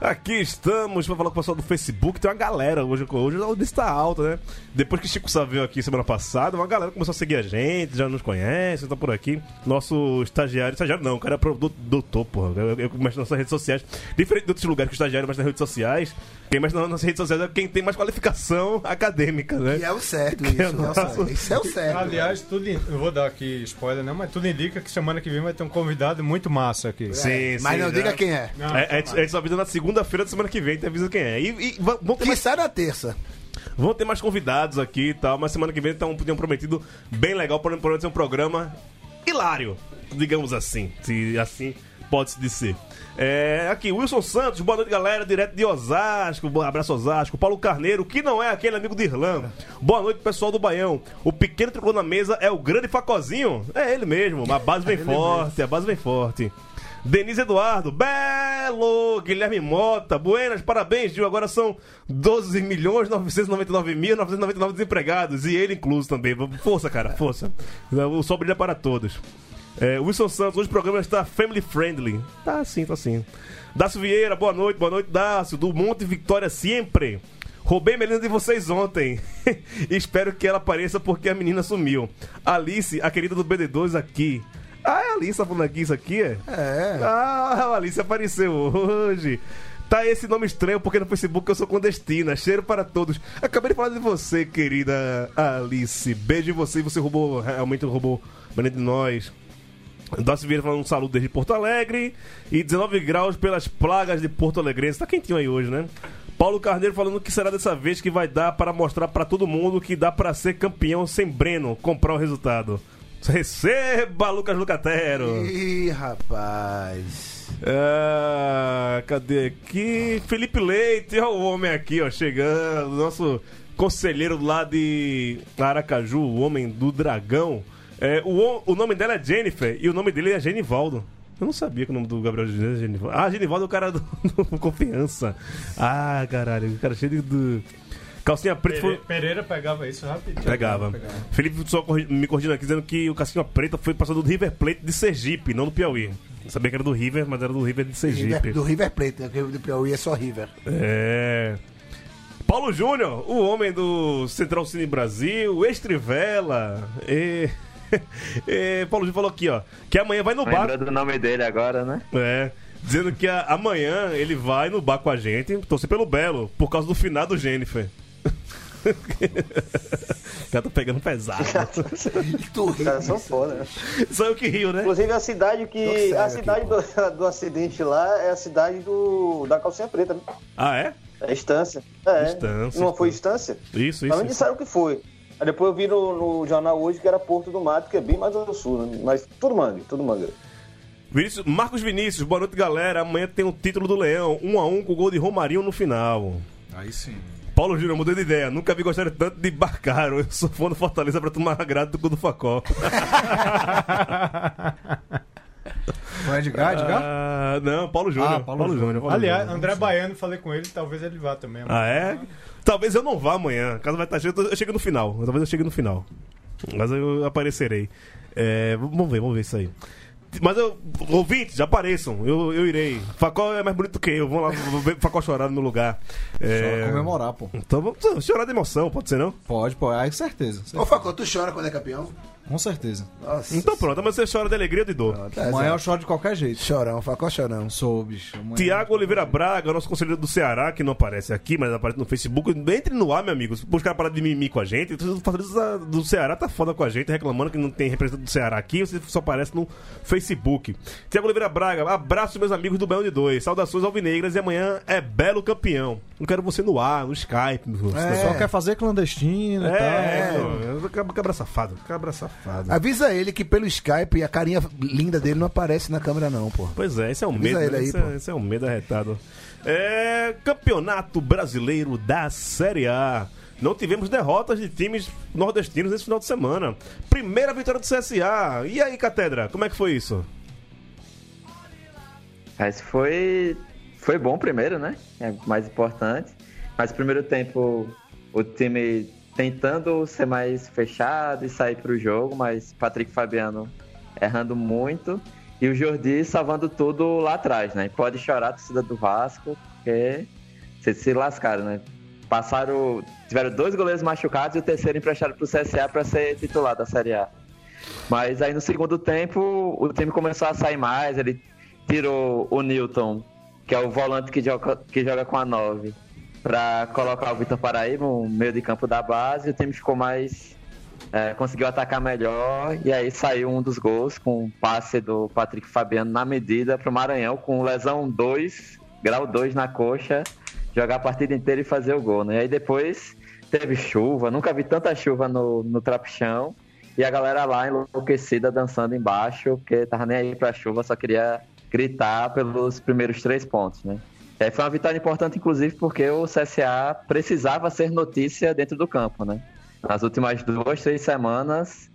S1: Aqui estamos pra falar com o pessoal do Facebook. Tem uma galera hoje. Hoje a audiência tá alta, né? Depois que Chico Sá veio aqui semana passada, uma galera começou a seguir a gente, já nos conhece, tá por aqui. Nosso estagiário, estagiário não, o cara é pro- do- doutor, porra. Eu, eu mexo nas nossas redes sociais. Diferente de outros lugares que o estagiário mexe nas redes sociais, quem mexe nas nossas redes sociais é quem tem mais qualificação acadêmica, né?
S2: E é o certo
S1: Que é
S2: isso. é o
S1: nosso.
S2: certo. Isso é o certo.
S3: Aliás, tudo. in- Eu vou dar aqui spoiler, não, mas tudo indica que semana que vem vai ter um convidado muito massa aqui.
S1: Sim,
S2: Mas
S1: sim,
S2: não
S1: já.
S2: diga quem é.
S3: Não,
S1: É, é, a gente só avisa na segunda-feira da semana que vem, tem avisa quem é. E, e va- vão, ter
S2: Que
S1: mais,
S2: sai na terça.
S1: vão ter mais convidados aqui e tal, mas semana que vem tá um, tem um prometido bem legal, por exemplo, ser um programa hilário, digamos assim, se assim pode-se dizer. É, aqui, Wilson Santos, boa noite galera, direto de Osasco, bo- abraço Osasco. Paulo Carneiro, que não é aquele amigo de Irlanda. Boa noite pessoal do Baião. O pequeno tricô na mesa é o grande Facozinho. É ele mesmo, a base bem forte, a base bem forte. Denise Eduardo, Belo, Guilherme Mota, Buenas, parabéns, Gil. Agora são 12 milhões 999 mil 999 desempregados e ele incluso também. Força, cara, força. O sol brilha para todos. É, Wilson Santos, hoje o programa está family friendly. Tá sim, tá sim. Dácio Vieira, boa noite, boa noite, Dácio, do Monte Vitória sempre. Roubei Melina de vocês ontem. Espero que ela apareça porque a menina sumiu. Alice, a querida do BD2 aqui. Ah, é a Alice tá falando aqui isso aqui? É. Ah, a Alice apareceu hoje. Tá esse nome estranho porque no Facebook eu sou clandestina. Cheiro para todos. Acabei de falar de você, querida Alice. Beijo em você. Você roubou, realmente roubou Melina de nós. Darcy Vieira falando um saludo desde Porto Alegre. E 19 graus pelas plagas de Porto Alegrense. Tá quentinho aí hoje, né? Paulo Carneiro falando que será dessa vez que vai dar para mostrar para todo mundo que dá para ser campeão sem Breno. Comprar o resultado. Receba, Lucas Lucatero!
S2: Ih, rapaz.
S1: Ah, cadê aqui? Felipe Leite, ó, o homem aqui, ó, chegando. Nosso conselheiro lá de Aracaju, o homem do dragão. É, o, hom- o nome dela é Jennifer e o nome dele é Genivaldo. Eu não sabia que o nome do Gabriel Jesus é Genivaldo. Ah, Genivaldo é o cara do, do Confiança. Ah, caralho, o cara cheio de. do- Calcinha preta. foi-
S3: Pere- Pereira pegava isso rapidinho.
S1: Pegava. Felipe só corri- me corrigindo aqui, dizendo que o Casquinha Preta foi passado do River Plate de Sergipe, não do Piauí. Eu sabia que era do River, mas era do River de Sergipe.
S2: River- do River Plate, né? Porque o do Piauí é só River.
S1: É. Paulo Júnior, o homem do Central Cine Brasil, Estrivela. E... e Paulo Júnior falou aqui, ó, que amanhã vai no bar.
S7: Lembrou do nome dele agora, né?
S1: É. Dizendo que a- amanhã ele vai no bar com a gente, torcer pelo Belo, por causa do finado Jennifer. Já tô pegando pesado.
S8: Os caras são foda, né?
S1: Só eu que rio, né?
S8: Inclusive a cidade
S1: Tô
S8: que.
S1: sério
S8: A cidade do, do acidente lá é a cidade do, da calcinha preta, né?
S1: Ah, é?
S8: É instância. É.
S1: Instância,
S8: Não foi instância? Mas
S1: Isso, isso.
S8: não
S1: isso.
S8: disseram que foi. Aí depois eu vi no, no jornal hoje que era Porto do Mato, que é bem mais ao sul, né? Mas tudo manga, tudo manga.
S1: Vinícius- Marcos Vinícius, boa noite, galera. Amanhã tem o título do Leão, 1 a 1 com o gol de Romarinho no final.
S4: Aí sim.
S1: Paulo Júnior, mudei de ideia. Nunca vi gostar tanto de Barcaro. Eu sou fã do Fortaleza pra tomar agrado do cu do Facó.
S5: Foi Edgar, Edgar?
S1: Ah, não, Paulo Júnior.
S5: Ah, Paulo Júnior.
S1: Paulo
S3: Aliás,
S1: Júnior.
S3: André Baiano, falei com ele, talvez ele vá também.
S1: Ah, é? Talvez eu não vá amanhã. A casa vai estar cheia. Eu chego no final. Talvez eu chegue no final. Mas eu aparecerei. É, vamos ver, vamos ver isso aí. Mas eu, ouvintes, apareçam, eu, eu irei. Facó é mais bonito que eu, vamos lá ver Facó chorar no meu lugar. É...
S5: comemorar, pô.
S1: Então vamos chorar de emoção, pode ser não?
S5: Pode, pô, aí com certeza.
S2: Ô, Facó, tu chora quando é campeão?
S5: Com certeza.
S2: Nossa.
S1: Então pronto, mas você chora de alegria ou de dor?
S5: Amanhã eu choro de qualquer jeito.
S2: Chorão, Facó chorão.
S5: É, Sou, bicho. Amanhã-
S1: Tiago Oliveira Braga, nosso conselheiro do Ceará, que não aparece aqui, mas aparece no Facebook. Entre no ar, meu amigo. Os caras pararam de mimimi com a gente. O Fortaleza do Ceará tá foda com a gente, reclamando que não tem representante do Ceará aqui. Você só aparece no Facebook. Tiago Oliveira Braga, abraço, meus amigos do Belo de Dois. Saudações alvinegras e amanhã é belo campeão. Não quero você no ar, no Skype. No...
S5: O pessoal quer então. fazer clandestino e
S1: É,
S5: tal.
S1: pô, cabra safado, cabra safado.
S2: Avisa ele que pelo Skype a carinha linda dele não aparece na câmera, não, pô.
S1: Pois é, esse é o medo,
S2: Avisa ele
S1: né?
S2: aí,
S1: esse,
S2: pô.
S1: é, esse é o medo arretado. É, Campeonato Brasileiro da Série A. Não tivemos derrotas de times nordestinos nesse final de semana. Primeira vitória do CSA. E aí, Catedra, como é que foi isso?
S7: Mas foi, foi bom primeiro, né? É o mais importante. Mas primeiro tempo, o time tentando ser mais fechado e sair para o jogo, mas Patrick Fabiano errando muito. E o Jordi salvando tudo lá atrás, né? Pode chorar a torcida do Vasco, porque vocês se lascaram, né? Passaram. Tiveram dois goleiros machucados e o terceiro emprestado pro CSA para ser titular da Série A. Mas aí no segundo tempo o time começou a sair mais, ele tirou o Newton, que é o volante que joga, que joga com a 9, para colocar o Vitor Paraíba, um meio de campo da base, o time ficou mais. é, conseguiu atacar melhor e aí saiu um dos gols com um passe do Patrick Fabiano na medida pro Maranhão com lesão 2, grau 2 na coxa, jogar a partida inteira e fazer o gol. Né? E aí depois teve chuva, nunca vi tanta chuva no, no trapichão. E a galera lá enlouquecida dançando embaixo, porque tava nem aí pra chuva, só queria gritar pelos primeiros três pontos, né? E aí foi uma vitória importante, inclusive, porque o CSA precisava ser notícia dentro do campo, né? Nas últimas duas, três semanas,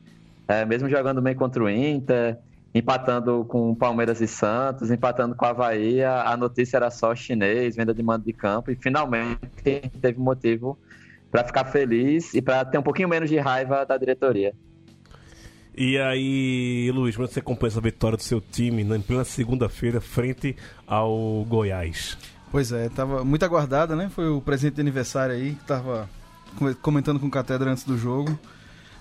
S7: é, mesmo jogando bem contra o Inter, empatando com o Palmeiras e Santos, empatando com a Havaí, a a notícia era só chinês, venda de mando de campo, e finalmente teve motivo para ficar feliz e para ter um pouquinho menos de raiva da diretoria.
S1: E aí, Luiz, como é que você acompanha essa vitória do seu time na- em plena segunda-feira frente ao Goiás?
S4: Pois é, tava muito aguardada, né? Foi o presente de aniversário aí que tava come- comentando com o Catedra antes do jogo.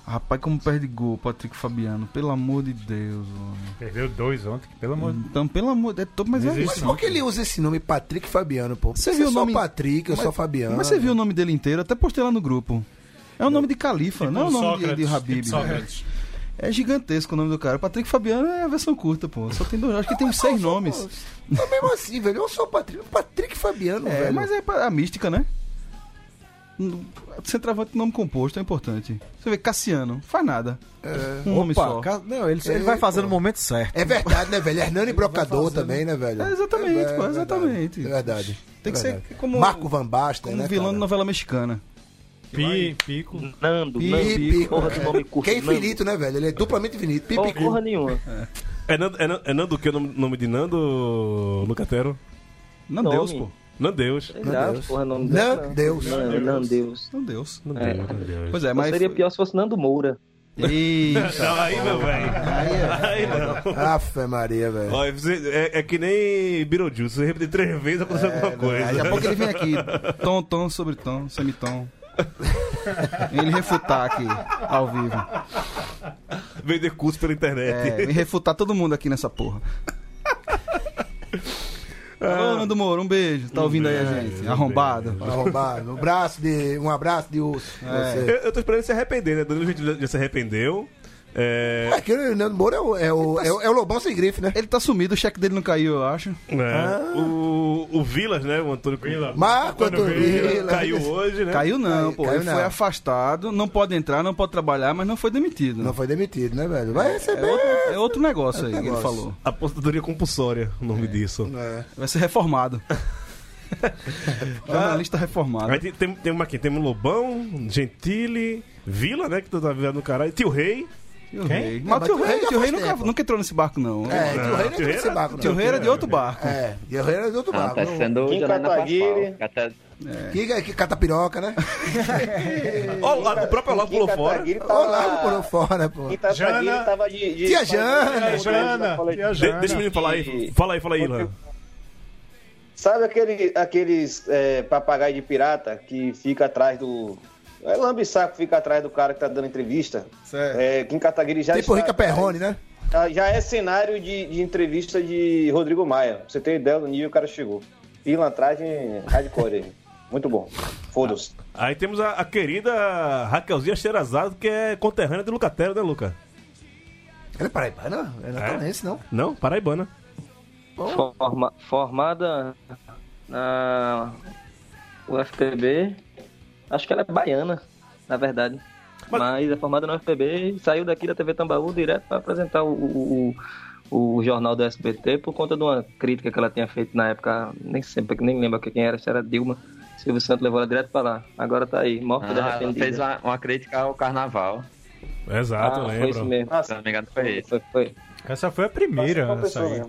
S4: Rapaz, como perde gol, Patrick Fabiano. Pelo amor de Deus, homem.
S3: Perdeu dois ontem, que pelo amor de
S4: Então, pelo amor de Deus, mas é
S3: Mas
S2: Mas
S4: isso.
S2: por que ele usa esse nome, Patrick Fabiano, pô?
S4: Você
S2: Você
S4: viu
S2: viu
S4: o
S2: só
S4: nome-
S2: Patrick, eu
S4: Mas-
S2: sou Fabiano.
S4: Mas você viu o nome dele inteiro? Até postei lá no grupo. É o nome de Califa, não é o nome de- de,
S3: Sócrates,
S4: Habib.
S3: tipo Sócrates.
S4: É. É gigantesco o nome do cara. Patrick Fabiano é a versão curta, pô. Só tem dois. Acho que tem uns seis nomes.
S2: Mas mesmo assim, velho, eu sou o Patrick, Patrick Fabiano,
S4: É,
S2: velho.
S4: mas é pra- a mística, né? N- Centroavante nome composto é importante. Você vê Cassiano, faz nada.
S2: É.
S4: Um nome
S2: Opa,
S4: só.
S2: Ca- não, ele- ele vai fazer no
S4: momento certo.
S2: É verdade, né, velho? Hernani Brocador também, né, velho?
S4: É, exatamente, pô,
S2: verdade.
S4: exatamente.
S2: É verdade.
S4: Tem que
S2: É
S4: ser
S2: verdade.
S4: como-
S2: Marco Van Basten,
S4: Como
S2: né?
S4: vilão
S2: cara?
S4: de novela mexicana.
S3: Pi, Pico.
S6: Nando,
S2: Pi,
S3: Nando.
S2: Pico,
S3: Porra,
S2: é.
S3: que nome curto,
S2: Que é infinito, né, velho? Ele é duplamente infinito. Pi, Pico.
S1: É Nando, é Nan- é Nando o que é o nome, nome de Nando, Lucatero?
S4: Nandeus, Nome. É um pô.
S1: Nandeus.
S6: Sei
S2: É um
S6: lá, Nandeus. porra, nome dele, não. Nandeus. Nan- Nandeus.
S4: Nandeus.
S1: Nandeus, Nandeus.
S6: Pois é, mas seria pior se fosse Nando Moura.
S1: Não, aí não, velho. Aí não.
S2: Afe Maria, velho.
S1: Ó, você- é, é que nem Beetlejuice. Você repetir três vezes, aconteceu alguma coisa.
S4: É, Daqui a pouco ele vem aqui, tom, tom sobre tom, semitom. Ele refutar aqui, ao vivo.
S1: Vender curso pela internet.
S4: É, vem refutar todo mundo aqui nessa porra. Alô, Nando Moro, um beijo. Tá ouvindo aí a gente? Arrombado.
S2: Arrombado. Um abraço de, um abraço de urso. pra
S4: É.
S1: Eu,
S2: Você.
S1: eu tô esperando ele se arrepender, né? Danilo Gentili já se arrependeu. É...
S2: Aqui o Nando Moura é o, é, o, é, o, é o Lobão sem grife, né?
S4: Ele tá sumido, o cheque dele não caiu, eu acho.
S1: É,
S4: Ah.
S1: o, o Vilas, né? O Antônio Vila.
S2: Marco Antônio Vila.
S1: Caiu hoje, né?
S4: Caiu não, pô.
S2: caiu
S4: ele
S2: não.
S4: foi afastado, não pode entrar, não pode trabalhar, mas não foi demitido. Não
S2: foi demitido, né, velho? Vai receber.
S4: É outro, é outro negócio aí que ele
S1: Negócio.
S4: falou.
S1: Aposentadoria compulsória, o
S4: É.
S1: nome disso.
S4: Vai ser reformado. Jornalista reformado.
S1: Aí tem, tem, tem uma aqui, tem um Lobão, Gentile, Vila, né? Que tu tá vivendo no caralho. Tio Rei.
S4: Tio Rei. Mas tio Rei, tio Rei nunca, nunca entrou nesse barco, não.
S1: É, Tio Rei não entrou nesse barco, não.
S4: Tio Rei era de outro barco.
S2: É, guerreiro né? é de outro
S7: Ah,
S2: barco.
S7: tá sendo
S2: Kim
S7: Janaína
S2: Kataguiri.
S7: Pascoal. Cata-
S2: Que, que catapiroca, né?
S1: Ó, o próprio Olavo pulou fora.
S2: Ô, Lago por fora, pô.
S8: Quem tá
S1: Jana.
S8: Jana. tava de, de-
S2: Tia Jana.
S8: de-
S3: Jana,
S8: de-
S3: tia
S1: De- deixa o menino falar aí. Fala aí, fala aí, Lan.
S8: Sabe aquele, aqueles é, papagaio de pirata que fica atrás do. É lambe-saco fica atrás do cara que tá dando entrevista.
S4: Certo.
S8: É, Kim Kataguiri já
S2: Tipo
S8: está-
S2: Rica Perrone, né?
S8: já- Já é cenário de, de entrevista de Rodrigo Maia. Pra você ter ideia do nível que o cara chegou. Pilantragem hardcore. aí. Muito bom. Foda-se.
S1: Aí temos a, a querida Raquelzinha Xerazado, que é conterrânea de Lucatero, né, Luca?
S2: Ela é paraibana? É natalense, não?
S1: Não, paraibana.
S6: Forma- formada na UFPB. Acho que ela é baiana, na verdade. Mas, é formada na UFPB e saiu daqui da TV Tambaú direto para apresentar o, o- o- o jornal do SBT por conta de uma crítica que ela tinha feito na época. Nem sempre, nem lembro quem era, se era Dilma. Silvio Santos levou ela direto para lá. Agora tá aí, morta de
S7: Ah, ela
S6: arrependida.
S7: fez uma, uma crítica ao carnaval.
S1: Exato,
S6: Ah, foi
S1: lembro.
S6: isso mesmo.
S7: Se não me engano, foi isso.
S6: Foi, foi.
S3: Essa foi a primeira a sair.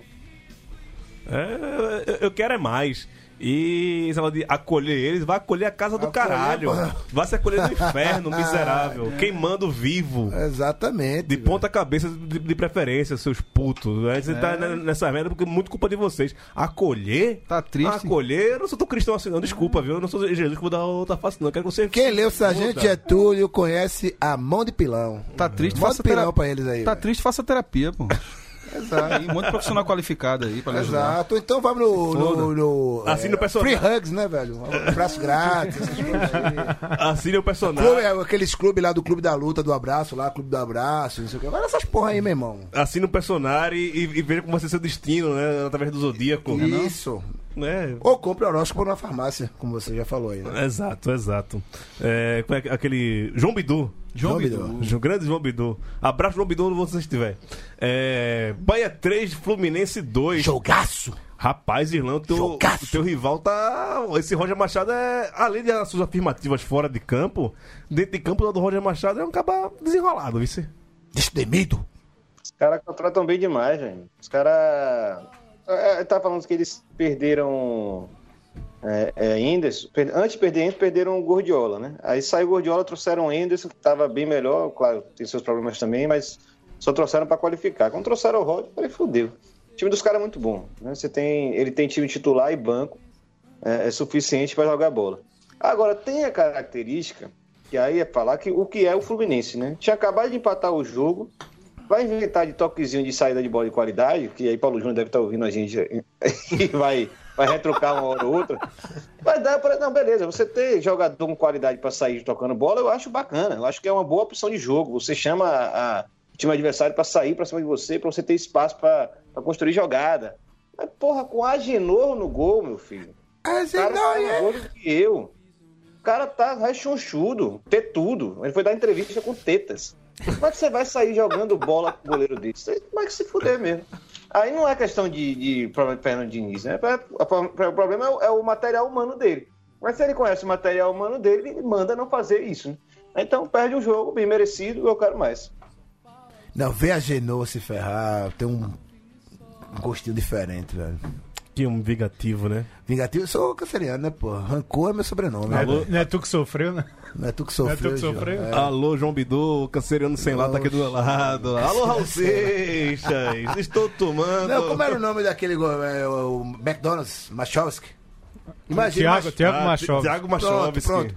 S1: É, eu- eu quero é mais. E esse negócio de acolher eles, vai acolher a casa do caralho.
S2: mano.
S1: Vai se acolher no inferno, miserável. Queimando vivo.
S2: É. Exatamente.
S1: De ponta cabeça, de, de preferência, seus putos. Aí Você tá ne- nessa merda porque é muito culpa de vocês. Acolher?
S4: Tá triste.
S1: Acolher? Eu não sou tão cristão assim, não. Desculpa, viu? Eu não sou Jesus que vou dar outra face, não. Eu quero que você...
S2: Quem leu Sargento
S1: Puta.
S2: Getúlio conhece a mão de pilão.
S4: Tá triste,
S2: Mão
S4: faça
S2: de pilão
S4: tera-
S2: pra eles aí.
S4: Tá
S2: velho.
S4: triste, faça terapia, pô.
S2: Exato.
S4: Tem um monte de profissional qualificado aí pra lhe ajudar.
S2: Exato. Então vamos no. no,
S4: Foda.
S2: no
S1: Assina o
S2: Free
S1: personagem.
S2: hugs, né, velho? Abraço grátis. essas coisas aí.
S1: Assine o
S2: Clube,
S1: personagem.
S2: é, aqueles clubes lá do Clube da Luta, do Abraço lá, Clube do Abraço, não sei o que. Vai nessas porra aí, meu irmão.
S1: Assine o um personagem e, e veja como vai ser seu destino, né? Através do Zodíaco.
S2: Isso.
S1: Né?
S2: Ou compre horóscopo na farmácia, como você já falou aí, né?
S1: Exato, exato. É, como é que- aquele. João Bidu.
S4: João Bidu.
S1: O grande João Bidu. Abraço, João Bidu, onde você estiver. É, Bahia 3, Fluminense 2.
S2: Jogaço!
S1: Rapaz, Irlanda, teu,
S2: Jogaço!
S1: teu rival tá. Esse Roger Machado é. Além das suas afirmativas fora de campo, dentro de campo o do Roger Machado é um caba desenrolado, vice.
S2: Destemido.
S8: Os caras contratam bem demais, velho. Os caras. Tá falando que eles perderam. É, é, Henderson. Per- Antes de perder Henderson, perderam o Gordiola, né? Aí saiu o Gordiola, trouxeram o Henderson, que tava bem melhor, claro, tem seus problemas também, mas só trouxeram pra qualificar. Quando trouxeram o Rod, eu falei, fudeu. O time dos caras é muito bom. Né? Você tem, ele tem time titular e banco, é, é suficiente pra jogar bola. Agora, tem a característica, que aí é falar que o que é o Fluminense, né? Tinha acabado de empatar o jogo, Vai inventar de toquezinho de saída de bola de qualidade, que aí Paulo Júnior deve estar ouvindo a gente e vai, vai retrucar uma hora ou outra. Mas dá para. Não, beleza, você ter jogador com qualidade para sair tocando bola, eu acho bacana. Eu acho que é uma boa opção de jogo. Você chama a, time adversário para sair para cima de você, para você ter espaço para construir jogada. Mas, porra, com Agenor no gol, meu filho. Agenor, o cara tá mais gordo que eu. O cara tá rechonchudo, tetudo. Ele foi dar entrevista com tetas. Como é que você vai sair jogando bola pro goleiro desse? Você vai que se fuder mesmo. Aí não é questão de, de problema de Fernando Diniz, né? O problema é o, é o material humano dele. Mas se ele conhece o material humano dele, ele manda não fazer isso. né? Então perde o jogo, bem merecido, eu quero mais.
S2: Não, vê a Genoa se ferrar, tem um, um gostinho diferente, velho.
S1: Que um vingativo, né?
S2: Vingativo? Eu sou canceriano, né, pô? Rancor é meu sobrenome.
S3: Não é-
S2: né?
S3: não é tu que sofreu, né?
S2: Não é tu que sofreu.
S3: Não é tu que
S2: Gil.
S3: sofreu?
S2: É.
S1: Alô, João Bidu, canceriano sem lá, tá aqui do meu lado. Alô, Raul
S2: Sei
S1: Seixas, estou tomando.
S2: Não, como é? era o nome daquele go- é, o McDonald's? Machovski?
S3: Thiago- Thiago Ah, Machovski. Thiago
S2: Pronto,
S3: Machovski.
S2: Pronto.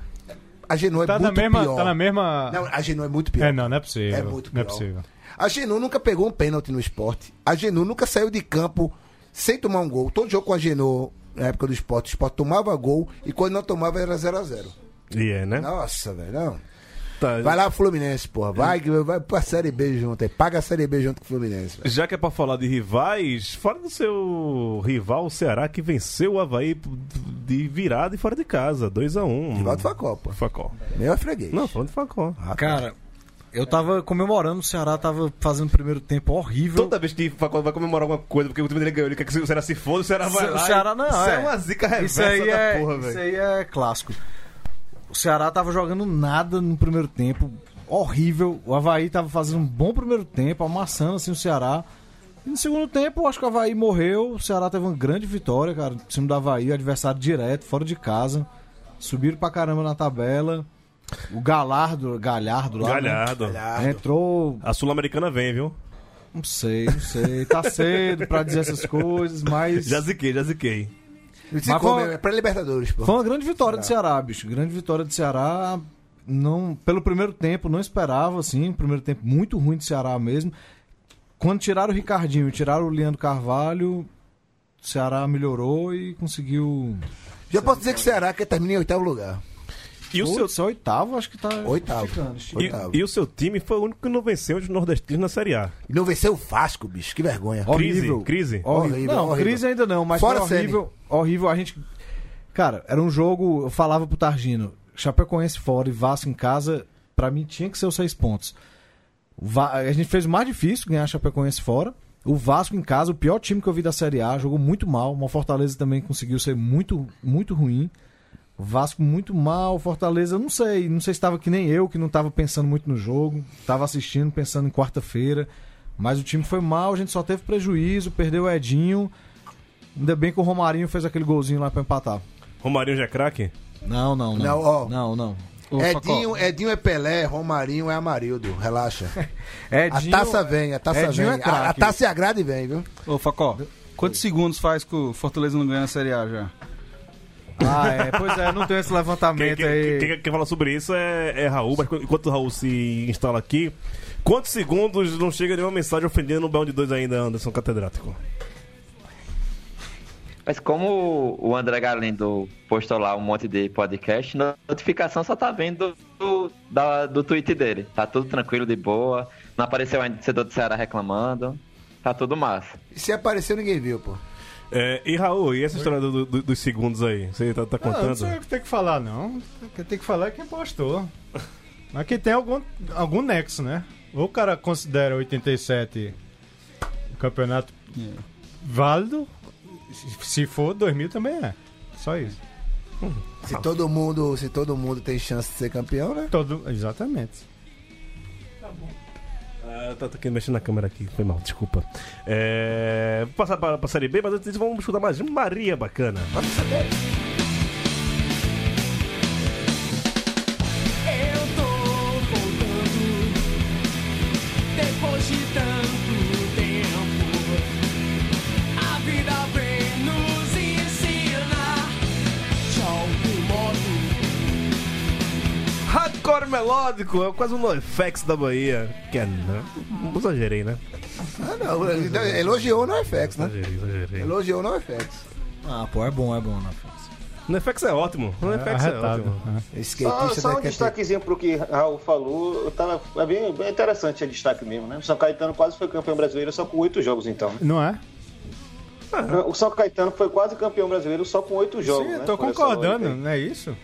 S2: A Genoa é
S3: Tá na
S2: muito
S3: mesma-
S2: pior.
S3: tá na mesma-
S2: Não, a Genoa é muito pior.
S3: É, não, não é possível.
S2: É muito
S3: Não é
S2: pior.
S3: possível.
S2: A Genu nunca pegou um pênalti no esporte. A Genu nunca saiu de campo sem tomar um gol. Todo jogo com a Genu, na época do esporte, o esporte tomava gol e quando não tomava era 0x0.
S1: E é, né?
S2: Nossa, velho. não.
S1: Tá,
S2: Vai lá, Fluminense, porra. Vai, vai pra Série B junto aí. Paga a Série B junto com o Fluminense.
S1: Já que é pra falar de rivais, fala do seu rival, o Ceará, que venceu o Havaí de virada e fora de casa, 2x1.
S2: Rival do Facó, Ah. pô.
S1: Facó.
S2: Meu é freguês.
S1: Não, falando de Facó.
S5: Cara, eu tava comemorando, o Ceará tava fazendo o primeiro tempo horrível.
S1: Toda vez que o Facó vai comemorar alguma coisa, porque o time dele ganhou, ele quer que o Ceará se foda, o Ceará vai
S5: o
S1: lá.
S5: Ceará não,
S1: Isso é,
S5: é.
S1: uma zica reversa
S5: isso aí
S1: da
S5: é,
S1: porra,
S5: Isso
S1: velho.
S5: aí é clássico. O Ceará tava jogando nada no primeiro tempo, horrível. O Havaí tava fazendo um bom primeiro tempo, amassando assim o Ceará. E no segundo tempo, acho que o Havaí morreu. O Ceará teve uma grande vitória, cara. Em cima do Havaí, adversário direto, fora de casa. Subiram pra caramba na tabela. O Galardo, Galhardo lá. né?
S1: Galhardo.
S5: Entrou
S1: A Sul-Americana vem, viu?
S5: Não sei, não sei. Tá cedo pra dizer essas coisas, mas.
S1: Já ziquei, já ziquei.
S2: Ele se
S5: Mas
S2: come,
S5: foi-
S2: É pra Libertadores, pô.
S5: Foi uma grande vitória do Ceará, bicho. Grande vitória do Ceará. Não, pelo primeiro tempo, não esperava, assim. Primeiro tempo muito ruim do Ceará mesmo. Quando tiraram o Ricardinho e tiraram o Leandro Carvalho, o Ceará melhorou e conseguiu.
S2: Já posso dizer que o Ceará quer terminar em oitavo lugar.
S1: E o seu
S5: Putz, é oitavo, acho que tá.
S2: Oitavo.
S5: ficando.
S2: Oitavo.
S1: E, e o seu time foi o único que não venceu os nordestinos na Série A.
S2: E não venceu o Vasco, bicho. Que vergonha.
S5: Horrível.
S1: Crise, crise.
S5: Horrível.
S2: Horrível,
S5: Não,
S2: horrível.
S5: crise ainda não, mas
S2: Fora
S5: foi horrível. Horrível. A gente. Cara, era um jogo. Eu falava pro Targino: Chapecoense fora e Vasco em casa, pra mim tinha que ser os seis pontos. O Va- A gente fez o mais difícil ganhar a Chapecoense fora. O Vasco em casa, o pior time que eu vi da Série A, jogou muito mal. Uma Fortaleza também conseguiu ser muito, muito ruim. O Vasco muito mal, Fortaleza, não sei, não sei se estava que nem eu, que não estava pensando muito no jogo, estava assistindo, pensando em quarta-feira, mas o time foi mal, a gente só teve prejuízo, perdeu o Edinho. Ainda bem que o Romarinho fez aquele golzinho lá pra empatar.
S1: Romarinho já é craque?
S5: Não, não, não.
S2: Não, ó.
S5: não, não. Ô,
S2: Edinho, Edinho é Pelé, Romarinho é Amarildo. Relaxa.
S5: Facó, Edinho-
S2: a taça vem, a taça
S5: Edinho
S2: vem.
S5: é
S2: a, a
S5: craque.
S2: taça é a grade e vem, viu?
S4: Ô, Facó, quantos segundos faz que o Fortaleza não ganha na Série A já?
S5: Ah, é, pois é, não tem esse
S1: Quem,
S5: levantamento
S1: quem,
S5: aí.
S1: quem- quem fala sobre isso é, é Raul, mas enquanto- enquanto o Raul se instala aqui, quantos segundos não chega nenhuma mensagem ofendendo o Bound 2 ainda, Anderson Catedrático?
S7: Mas como o André Galindo postou lá um monte de podcast, na notificação só tá vindo do, da- do tweet dele. Tá tudo tranquilo, de boa. Não apareceu ainda o torcedor do Ceará reclamando. Tá tudo massa.
S2: E se apareceu, ninguém viu, pô.
S1: É, e Raul, e essa história do- do- dos segundos aí? Você tá, tá
S3: Ah, não
S1: contando?
S3: sou eu que tenho que falar, não. Quem tem que falar é quem postou. Mas que tem algum, algum nexo, né? Ou o cara considera 87 o campeonato válido, se for 2000 também é. Só isso.
S2: Se todo mundo, se todo mundo tem chance de ser campeão, né?
S3: Todo, exatamente.
S1: Ah, tá, tá aqui mexendo na câmera aqui, foi mal, desculpa. É, vou passar pra, pra série B, mas antes disso vamos escutar mais uma Maria bacana.
S10: Eu tô voltando depois de tanto tempo. A vida vem nos ensinar de algum modo.
S1: Hardcore melódico, é quase um NoFX da Bahia. Que é, né? Não exagerei, né?
S2: Ah, não. Elogiou no FX, né?
S1: Exagerei, exagerei.
S2: Elogiou no FX.
S5: Ah, pô, é bom, é bom, né?
S1: No FX é ótimo. No
S8: É,
S1: FX é
S8: arretado.
S1: ótimo.
S3: Ah.
S8: Só, só um destaquezinho pro que Raul falou, eu tava, é bem, bem interessante o destaque mesmo, né? O São Caetano quase foi campeão brasileiro só com oito jogos, então. né?
S3: Não é?
S8: O São Caetano foi quase campeão brasileiro só com oito jogos.
S3: Sim,
S8: né?
S3: eu tô
S8: Por essa
S3: concordando,
S8: lógica aí.
S3: não é isso?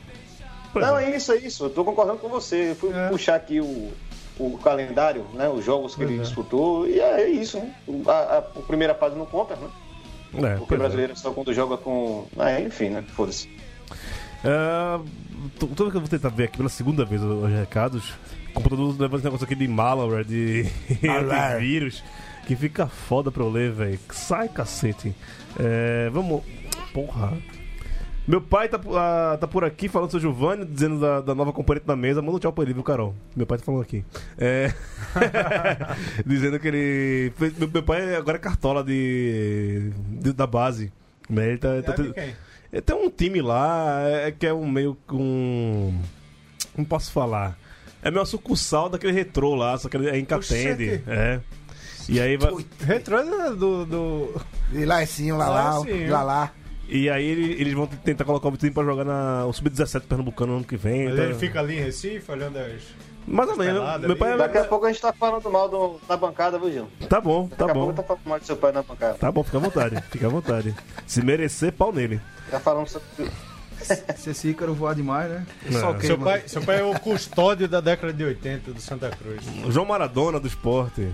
S8: Não, é isso, é isso. Eu tô concordando com você. Eu fui
S5: É.
S8: puxar aqui o, o calendário, né? Os jogos que ele disputou, e é, é isso, né? O- A, a- a primeira fase não conta, né?
S1: É,
S8: Porque
S3: é.
S8: o brasileiro só quando joga com. Ah, enfim, né? Foda-se.
S1: Ah, tô, tô, eu vou tentar ver aqui pela segunda vez os, os recados. O computador levando esse negócio aqui de malware, de
S11: Malware.
S1: antivírus, que fica foda pra eu ler, velho. Sai, cacete. É, vamos. Porra. Meu pai tá, po- ah, tá por aqui falando do seu Giovanni, dizendo da, da nova componente da mesa. Manda um tchau pra ele, viu, Carol? Meu pai tá falando aqui. É, dizendo que ele. fez- Meu, meu pai agora é cartola de, de- da base. Né? Ele tá, tá
S3: de
S1: tendo-
S3: quem?
S1: é, Tem um time lá é, que é um meio que um. Não posso falar. É meio uma sucursal daquele retrô lá, só que ele é em Catende.
S3: Oxente.
S1: É. E aí vai.
S3: Retrô é do. do...
S2: E lá é sim, lá lá, lá lá.
S1: E aí ele- eles vão tentar colocar o time pra jogar na, o Sub-17 Pernambucano no ano que vem.
S3: Mas
S1: tá?
S3: ele fica ali em Recife, olhando as.
S1: Mais ou menos.
S3: Pelado
S1: Meu
S3: ali.
S1: pai é
S8: Daqui a pouco a gente tá falando mal do, da bancada, viu, Gil?
S1: Tá bom, tá
S8: Daqui a pouco
S1: bom.
S8: tá falando mal do seu pai na bancada.
S1: Tá bom, fica à vontade. Fica à vontade. Se merecer, pau nele.
S8: Já falamos Tá sobre.
S4: Se esse Ícaro voar demais, né? Só
S1: Não.
S4: queima.
S3: Seu pai, seu pai é o custódio da década de 80 do Santa Cruz.
S1: João Maradona do esporte.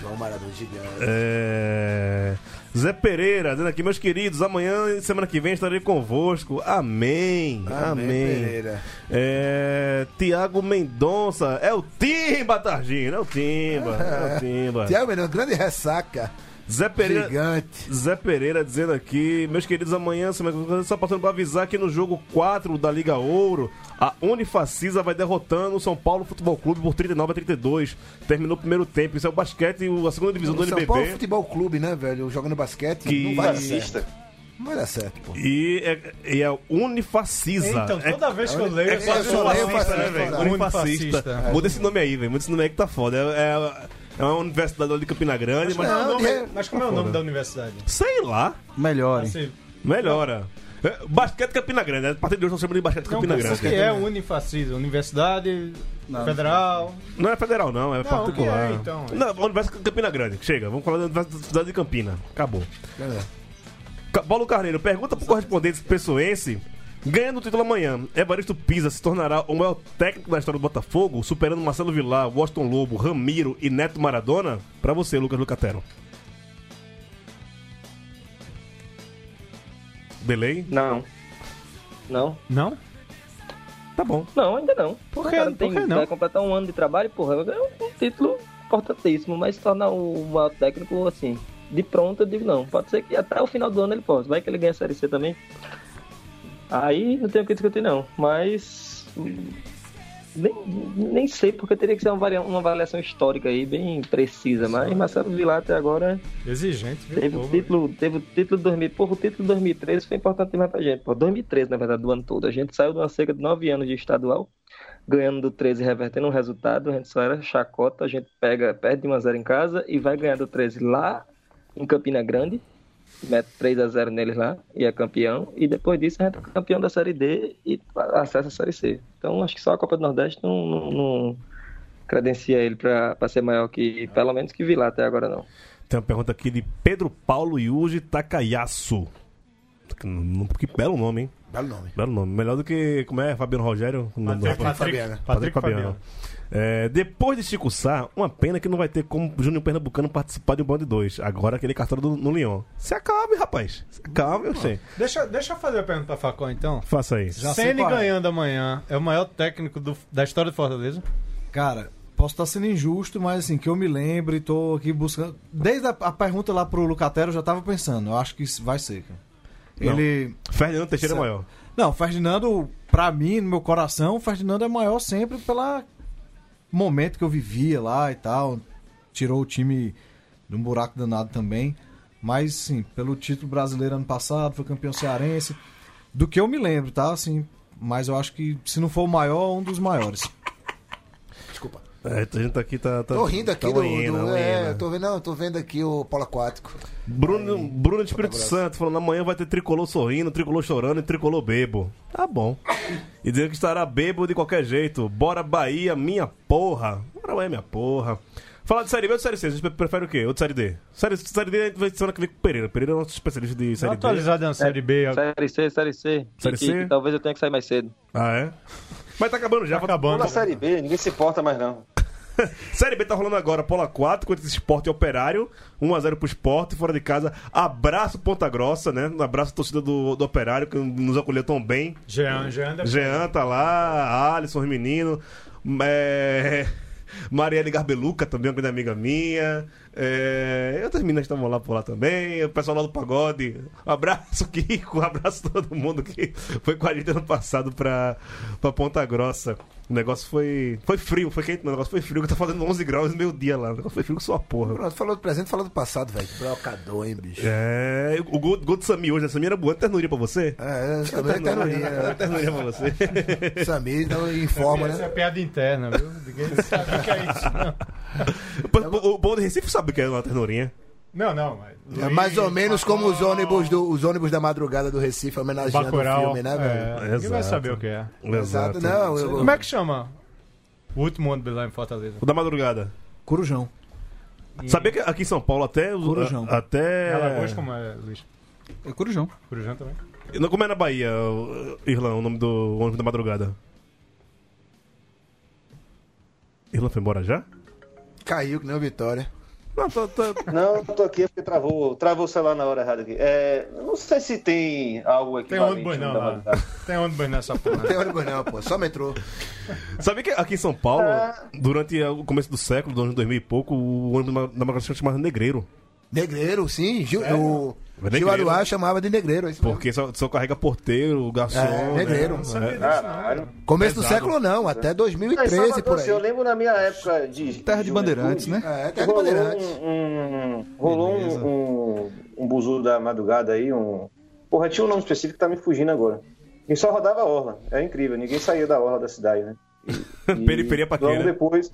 S2: João Maradona gigante.
S1: É... Zé Pereira, dizendo aqui, meus queridos, amanhã e semana que vem estarei convosco. Amém. Amém.
S2: Amém, Pereira.
S1: É... Tiago Mendonça, é o Timba, Targino, é o Timba, é o Timba.
S2: Tiago Menino, grande ressaca.
S1: Zé Pereira,
S2: Gigante.
S1: Zé Pereira dizendo aqui, meus queridos, amanhã, semana que vem, só passando pra avisar que no jogo 4 da Liga Ouro, a Unifacisa vai derrotando o São Paulo Futebol Clube por 39 a 32. Terminou o primeiro tempo, isso é o basquete e o- a segunda divisão do
S2: São
S1: NBB.
S2: Paulo Futebol Clube, né, velho? Jogando basquete.
S1: Que-
S2: Não vai dar
S1: Racista.
S2: certo. Não vai dar certo, pô.
S1: E é, e é unifacisa.
S3: Então,
S1: É-
S3: toda vez que eu leio,
S1: é quase
S3: eu só leio
S1: unifacista, né,
S3: fascista,
S1: velho?
S3: né?
S1: Unifacista.
S3: Unifacista.
S1: Muda esse nome aí, velho. Muda esse nome aí que tá foda. É, é, é uma universidade ali de Campina Grande, mas.
S3: Mas, como é o nome-
S1: é-
S3: mas como é o nome da universidade?
S1: Sei lá.
S4: Melhora.
S3: Assim,
S1: Melhora. É, Basquete Campina Grande. né? A partir de hoje nós chamamos de Basquete
S3: não,
S1: Campina
S3: mas
S1: Grande.
S3: o que é Unifacisa? Universidade Federal.
S1: Não é federal, não, é
S3: Não,
S1: particular.
S3: o que é, então?
S1: Não, Universidade de Campina Grande. Chega, vamos falar da Universidade de Campina. Acabou.
S3: É.
S1: Ca- Paulo Carneiro, pergunta pro correspondente pessoense. Ganhando o título amanhã, Evaristo Pisa se tornará o maior técnico da história do Botafogo, superando Marcelo Villar, Washington Lobo, Ramiro e Neto Maradona? Pra você, Lucas Lucatero. Delay?
S6: Não. Não?
S3: Não?
S1: Tá bom.
S6: Não, ainda não.
S3: Por
S6: O
S3: que-
S6: cara
S3: por
S6: tem-
S3: que não?
S6: Vai completar um ano de trabalho, porra, é um título importantíssimo, mas se tornar o maior técnico, assim, de pronto eu digo não. Pode ser que até o final do ano ele possa. Vai que ele ganha a Série C também. Aí não tenho o que discutir, não. Mas... hum, Nem, nem sei, porque teria que ser uma, varia- uma avaliação histórica aí, bem precisa, mas Marcelo Vilar até agora
S3: Exigente, viu?
S6: Teve o
S3: povo?
S6: título, teve o título de 2000, porra, o título de 2013 foi importante demais pra gente. Pô, 2013, na verdade, do ano todo. A gente saiu de uma seca de 9 anos de estadual, ganhando do 13 e revertendo um resultado. A gente só era chacota, a gente pega, perde de 1 a 0 em casa e vai ganhar do 13 lá em Campina Grande, mete 3 a 0 neles lá e é campeão. E depois disso a gente é campeão da Série D e acessa a Série C. Então acho que só a Copa do Nordeste não, não, não credencia ele pra, pra ser maior que, pelo menos que Vilar até agora, não.
S1: Tem uma pergunta aqui de Pedro Paulo Yuji Takayasu. Que n- Que belo nome, hein?
S2: Belo nome.
S1: Belo nome. Melhor do que. Como é? Fabiano Rogério? O nome do
S3: Patrick
S1: rapaz?
S3: Fabiano.
S1: Patrick
S3: Patrick
S1: Fabiano. É, depois de Chico Sá, uma pena que não vai ter como o Júnior Pernambucano participar de um bonde 2. Agora aquele cartório do, no Lyon. Se acalme, rapaz. Se acalme, eu sei.
S3: Deixa, deixa eu fazer a pergunta pra Facó, então.
S1: Faça aí.
S3: Ceni ganhando amanhã é o maior técnico do- da história do Fortaleza?
S5: Cara, posso estar sendo injusto, mas assim, que eu me lembre, tô aqui buscando. Desde a, a pergunta lá pro Lucatero, eu já tava pensando, eu acho que isso vai ser, cara.
S1: Não.
S5: Ele.
S1: Fernando Teixeira é
S5: Sa-
S1: maior.
S5: Não, Ferdinando, pra mim, no meu coração, o Ferdinando é maior sempre pela momento que eu vivia lá e tal. Tirou o time de um buraco danado também. Mas, sim, pelo título brasileiro ano passado, foi campeão cearense. Do que eu me lembro, tá? Assim, mas eu acho que se não for o maior, um dos maiores. Desculpa.
S1: É, a gente tá aqui, tá. tá
S2: tô rindo aqui
S1: tá
S2: do.
S1: moendo,
S2: do-
S1: moendo.
S2: é, tô vendo, não, tô vendo aqui o polo aquático.
S1: Bruno, Bruno de Espírito Santo falando: amanhã vai ter tricolor sorrindo, tricolor chorando e tricolor bebo. Tá bom. E dizendo que estará bebo de qualquer jeito. Bora Bahia, minha porra. Bora Bahia, minha porra. Falar de Série B ou de Série C? A gente pre- prefere o quê? Ou de Série D? Série, série D a gente vai semana que vem com o Pereira. Pereira é nosso especialista de Série D.
S3: atualizado na Série B.
S6: Série C, Série C.
S1: Série
S6: Que-
S1: C?
S6: que talvez eu tenha que sair mais cedo.
S1: Ah, é? Mas tá acabando já. Tá
S8: Pula a Série B, ninguém se importa mais não.
S1: Série B tá rolando agora, Pola 4, contra esse esporte e operário. 1x0 pro esporte, fora de casa. Abraço Ponta Grossa, né? Um abraço à torcida do, do operário, que nos acolheu tão bem.
S3: Jean, Jean da-
S1: Jean tá lá, Alisson, os menino. É... Marielle Garbeluca também, uma grande amiga minha. É... Outras meninas estavam lá por lá também. O pessoal lá do Pagode. Um Abraço, Kiko. um Abraço todo mundo que foi com a gente ano passado pra, pra Ponta Grossa. O negócio foi. Foi frio, foi quente. não, O negócio foi frio, que tá fazendo 11 graus meio-dia lá. O negócio foi frio com sua porra.
S2: Pronto, falou do presente, falou do passado, velho. Brocador, hein, bicho.
S1: É, o gol, gol do Sami hoje, né? Sami era boa, ternuria pra você?
S2: É, Samir é ternurinha, né?
S1: ternuria pra você.
S2: Samir então, informa,
S3: Essa é
S2: né?
S3: piada interna, viu? Ninguém sabe o que é isso, não.
S1: O, o bom do Recife sabe o que é uma ternurinha.
S3: Não, não, mas...
S2: É mais ou menos como os ônibus, do, os ônibus da madrugada do Recife homenageando o
S3: Bacurau,
S2: filme, né,
S3: é,
S2: velho?
S3: ninguém vai saber o que é.
S2: Exato. Não, eu-
S3: Como é que chama? O último ônibus lá em Fortaleza.
S1: O da madrugada.
S5: Corujão.
S1: Sabia que aqui em São Paulo até. os-
S3: Corujão.
S1: a- Até.
S3: Alagoas, como é, Luiz?
S5: É Corujão.
S3: Corujão também.
S1: Não, Como é na Bahia, o- Irlan, o nome do ônibus da madrugada? Irlan foi embora já?
S2: Caiu que nem o Vitória.
S1: Não, tô,
S8: Não, tô aqui é porque travou, travou o celular na hora errada aqui. É, não sei se tem algo aqui.
S3: Tem ônibus não lá. Tem ônibus nessa porra.
S2: Tem ônibus não, pô. Só metrô.
S1: Sabia que aqui em São Paulo, durante o começo do século, do ano 2000 e pouco, o ônibus da da madrugada chamava Negreiro.
S2: Negreiro, sim. Gil,
S1: Sério?
S2: o
S1: É. Negreiro.
S2: Gil Aruá chamava de negreiro. é isso mesmo.
S1: Porque só, só carrega porteiro, garçom.
S2: É, negreiro.
S1: né?
S2: Não sabia
S1: É.
S2: Começo do
S1: Pesado. É.
S2: século não, até
S8: Mas
S2: 2013
S8: Salvador,
S2: por
S8: assim, Eu
S2: aí.
S8: lembro na minha época de.
S2: Terra de Bandeirantes,
S8: juventude,
S2: né? É, Terra de
S8: rolou
S2: Bandeirantes.
S8: Um, um- rolou um, um, um buzu da madrugada aí, um. Porra, tinha um nome específico que tá me fugindo agora. E só rodava a orla. É incrível, ninguém saía da orla da cidade, né?
S1: Periferia pra quê,
S8: Logo
S1: né?
S8: depois.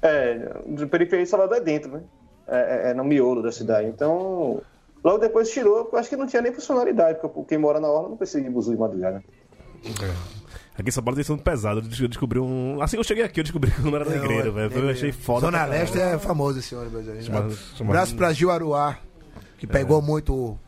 S8: É, de periferia Salvador é dentro, né? É, é- é no miolo da cidade. Então. Logo depois tirou, eu acho que não tinha nem funcionalidade, porque quem mora na orla não precisa de buzu de madrugada.
S1: Aqui em São Paulo tem sendo pesado. Eu des- eu descobri um. Assim que eu cheguei aqui, eu descobri que não era negreiro, velho. Eu achei foda.
S2: É, Zona
S1: pra caralho.
S2: Leste é famoso esse ônibus aí.
S1: Chamado-
S2: Um
S1: chamado-
S2: Abraço pra Gil Aruá, que
S1: É.
S2: pegou muito o,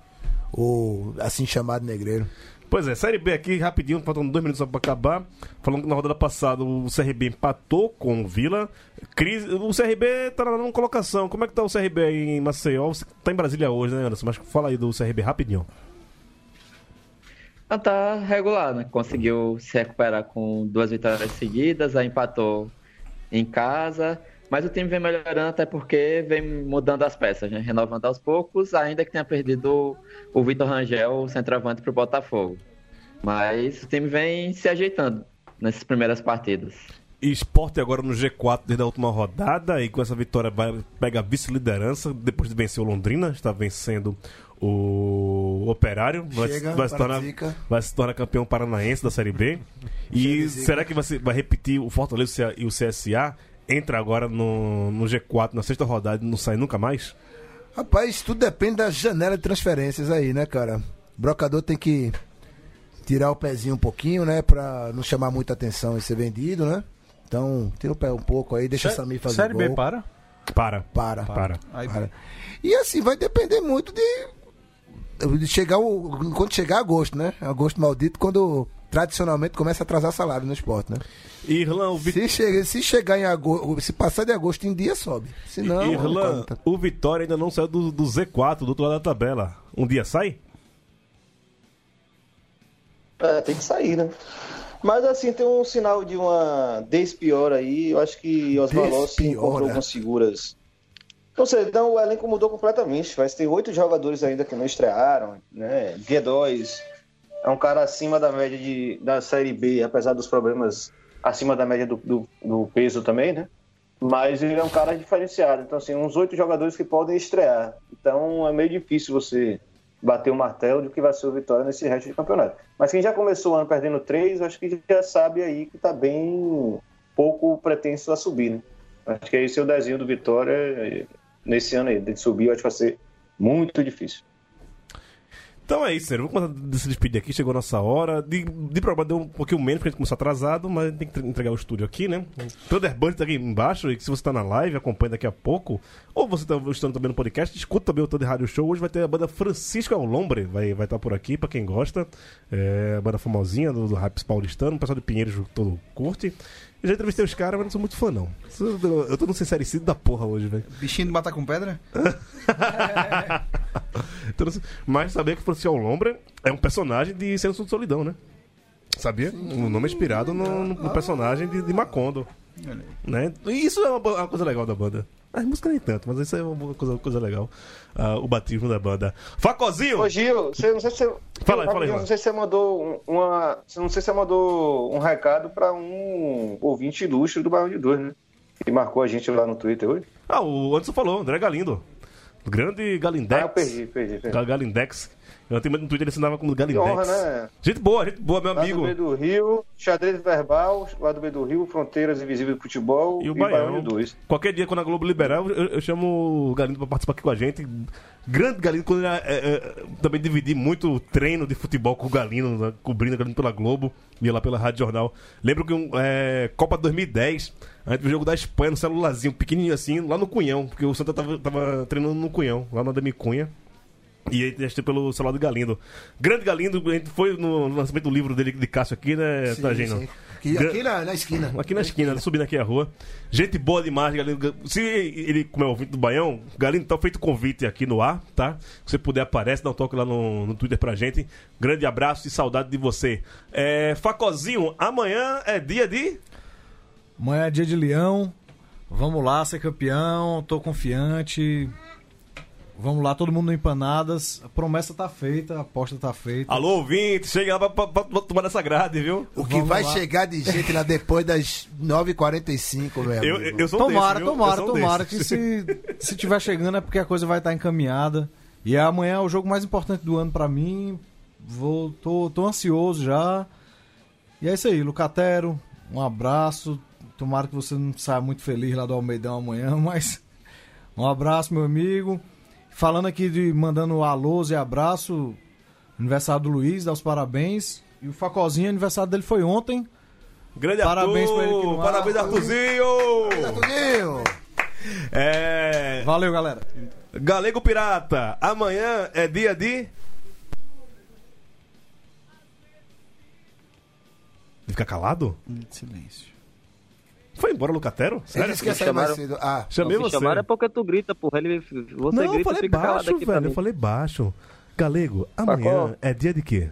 S2: o assim chamado negreiro.
S1: Pois é, Série B aqui, rapidinho, faltando dois minutos só pra acabar. Falando que na rodada passada o CRB empatou com o Vila. Cris, o CRB tá na nona colocação. Como é que tá o CRB aí em Maceió? Você tá em Brasília hoje, né, Anderson? Mas fala aí do CRB rapidinho.
S7: Então tá regular, né? Conseguiu se recuperar com duas vitórias seguidas, aí empatou em casa. Mas o time vem melhorando até porque vem mudando as peças, né? Renovando aos poucos, ainda que tenha perdido o Vitor Rangel, o centroavante, pro Botafogo. Mas o time vem se ajeitando nessas primeiras partidas.
S1: E Sport agora no G4 desde a última rodada e com essa vitória vai pega a vice-liderança depois de vencer o Londrina, está vencendo o Operário, vai,
S2: Chega,
S1: vai se tornar,
S2: Parasica.
S1: vai se tornar campeão paranaense da Série B. E será que vai, se- vai repetir o Fortaleza e o CSA? Entra agora no, no G4 na sexta rodada e não sai nunca mais?
S2: Rapaz, tudo depende da janela de transferências aí, né, cara? O brocador tem que tirar o pezinho um pouquinho, né? Pra não chamar muita atenção e ser vendido, né? Então, tira o pé um pouco aí, deixa o
S3: Sé-
S2: Samir fazer
S3: Série
S2: gol.
S3: B para?
S1: Para.
S2: Para.
S1: Para.
S2: Para. E assim, vai depender muito de. de chegar o, quando chegar agosto, né? Agosto maldito, quando tradicionalmente começa a atrasar salário no esporte, né?
S1: Irlan, o
S2: se, chega, se chegar em agosto, se passar de agosto em dia, sobe. Se não,
S1: Irlan,
S2: conta.
S1: o Vitória ainda não saiu do, do Z4, do outro lado da tabela. Um dia sai?
S8: É, tem que sair, né? Mas assim, tem um sinal de uma despiora aí. Eu acho que Osvaldo se
S2: Despiora.
S8: encontrou com seguras. Não sei, então o elenco mudou completamente. Mas tem oito jogadores ainda que não estrearam, né? Guedóis é um cara acima da média de, da Série B, apesar dos problemas acima da média do, do, do peso também, né? Mas ele é um cara diferenciado. Então, assim, uns oito jogadores que podem estrear. Então é meio difícil você bater o martelo do que vai ser o Vitória nesse resto de campeonato. Mas quem já começou o ano perdendo três, eu acho que já sabe aí que tá bem pouco pretenso a subir, né? Acho que esse é o desenho do Vitória eh, nesse ano aí. De subir, eu acho que vai ser muito difícil.
S1: Então é isso, senhor. Vou começar a se despedir aqui, chegou a nossa hora. De, de problema deu um pouquinho menos, porque a gente começou atrasado, mas a gente tem que entre- entregar o estúdio aqui, né? O Thunderbird tá aqui embaixo, e se você tá na live, acompanha daqui a pouco. Ou você tá estando também no podcast, escuta também o Thunder Rádio Show. Hoje vai ter a banda Francisco Alombre, vai estar vai tá por aqui, pra quem gosta. É a banda famosinha do, do Raps Paulistano, o pessoal de Pinheiros todo curte. Eu já entrevistei os caras, mas não sou muito fã, não. Eu eu tô num sincericídio da porra hoje, velho.
S4: Bichinho de matar com pedra?
S1: Então, assim, Mas sabia que o Francisco Alombre é um personagem de Senso de Solidão, né? Sabia? O nome é inspirado no, no- no personagem de, de Macondo. Né? E isso é uma, bo- uma coisa legal da banda. As músicas nem tanto, mas isso é uma boa coisa, uma coisa legal. Ah, o batismo da banda. Facozinho!
S8: Ô Gil, você não sei se você.
S1: Fala aí, fala
S8: Eu
S1: aí, Juan.
S8: Não sei se você mandou um- uma. você Não sei se você mandou um recado pra um ouvinte ilustre do Barão de Dois, né? Que marcou a gente lá no Twitter hoje.
S1: Ah, o Anderson falou, André Galindo. Grande Galindex.
S8: Ah, eu perdi, perdi, perdi.
S1: Ga- Galindex. Eu tenho no Twitter ele assinava como Galindex.
S8: honra, né?
S1: Gente boa, gente boa, meu
S8: Lá do
S1: amigo.
S8: B do Rio, xadrez verbal, lá do B do Rio, fronteiras invisíveis do futebol
S1: E o
S8: de
S1: Baião.
S8: Dois.
S1: Qualquer dia, quando a Globo liberar, eu, eu chamo o Galindo pra participar aqui com a gente. Grande Galindo, quando ele, é, é, também dividi muito treino de futebol com o Galindo, né, cobrindo o Galindo pela Globo e lá pela Rádio Jornal. Lembro que um, é, Copa 2010, a gente viu o jogo da Espanha no celularzinho, pequenininho assim, lá no Cunhão, porque o Santa tava, tava treinando no Cunhão, lá na Demi Cunha. E aí testou pelo celular do Galindo. Grande Galindo, a gente foi no lançamento do livro dele de Cássio aqui, né,
S2: Sim,
S1: Tragino?
S2: sim. Aqui- aqui na- na esquina.
S1: Aqui na esquina, subindo aqui a rua. Gente boa demais, Galindo. Se ele, como é ouvinte do Baião, Galindo, tá feito o convite aqui no ar, tá? Se você puder, aparece, dá um toque lá no, no Twitter pra gente. Grande abraço e saudade de você. É, Facozinho, amanhã é dia de.
S5: Amanhã é dia de leão. Vamos lá ser campeão. Tô confiante. Vamos lá, todo mundo no empanadas. A promessa tá feita, a aposta tá feita.
S1: Alô, ouvinte, chega lá pra, pra- pra tomar nessa grade, viu?
S2: O que vai chegar de gente lá depois das 9h45, meu
S1: Eu-
S2: amigo.
S1: eu sou um
S5: tomara,
S1: desse, viu?
S5: tomara,
S1: Eu sou um
S5: tomara.
S1: desse.
S5: Que se, se tiver chegando é porque a coisa vai estar encaminhada. E amanhã é o jogo mais importante do ano pra mim. Vou, tô, tô ansioso já. E é isso aí, Lucatero. Um abraço. Tomara que você não saia muito feliz lá do Almeidão amanhã, mas. Um abraço, meu amigo. Falando aqui de mandando alôs e abraço. Aniversário do Luiz, dá os parabéns. E o Facozinho, aniversário dele foi ontem.
S1: Grande
S5: Parabéns
S1: Arthur!
S5: pra ele que não há.
S1: Parabéns, Arthurzinho! É...
S5: Valeu, galera.
S1: Galego Pirata, amanhã é dia de. Fica calado?
S2: Hum,
S4: Silêncio.
S1: Foi embora, Lucatero? Sério?
S2: disse que ia sair mais cedo. Ah.
S1: chamei
S6: Não, se
S1: você.
S6: chamaram é porque tu grita, porra. Ele, você
S1: Não, eu
S6: grita,
S1: falei
S6: fica calado
S1: baixo,
S6: aqui pra
S1: velho.
S6: mim.
S1: Eu falei baixo. Galego, amanhã
S6: Sacou?
S1: é dia de quê?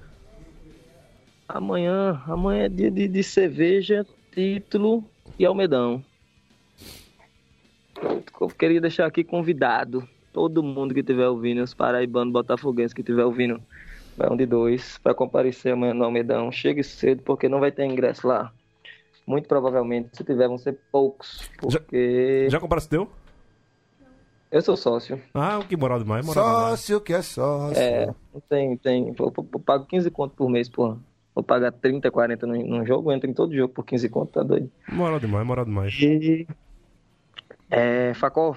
S6: Amanhã, amanhã é dia de, de cerveja, título e almedão. Eu queria deixar aqui convidado todo mundo que estiver ouvindo, os paraibanos, botafoguenses que estiver ouvindo, vai um de dois, para comparecer amanhã no Almedão. Chegue cedo, porque não vai ter ingresso lá. Muito provavelmente, se tiver, vão ser poucos. Porque.
S1: Já compraste teu?
S6: Eu sou sócio.
S1: Ah, que moral demais, moral demais.
S2: Sócio que é sócio.
S6: É, não tem, tem. Eu, eu- eu pago 15 conto por mês, porra. Vou pagar 30, 40 num, num jogo, entra em todo jogo por 15 conto, tá doido?
S1: Moral demais, moral demais.
S6: É, Facol,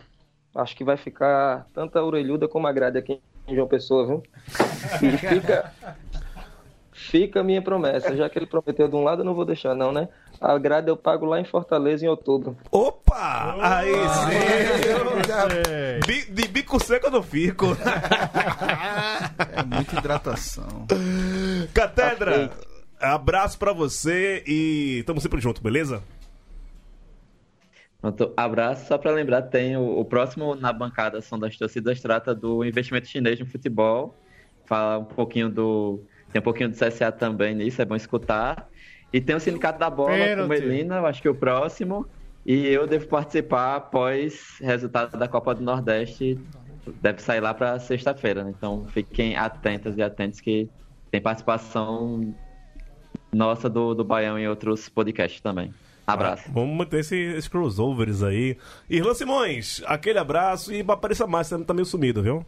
S6: acho que vai ficar tanto a orelhuda como a grade aqui em João Pessoa, viu? E fica, fica a minha promessa, já que ele prometeu de um lado, eu não vou deixar não, né? A grade eu pago lá em Fortaleza em outubro.
S1: Opa! Aí sim! Bi- De bico seco eu não fico.
S4: É muita hidratação.
S1: Catedra, abraço pra você e tamo sempre junto, beleza?
S7: Pronto, abraço. Só para lembrar, tem o, o próximo na bancada São das Torcidas trata do investimento chinês no futebol. Fala um pouquinho do. Tem um pouquinho do CSA também nisso, é bom escutar. E tem o Sindicato da Bola
S3: Pênalti.
S7: com Melina, eu acho que é o próximo. E eu devo participar após resultado da Copa do Nordeste. Deve sair lá para sexta-feira, né? Então fiquem atentas e atentos que tem participação nossa do, do Baião em outros podcasts também. Abraço.
S1: Vamos manter esse- esses crossovers aí. Irlan Simões, aquele abraço e apareça mais, você tá meio sumido, viu?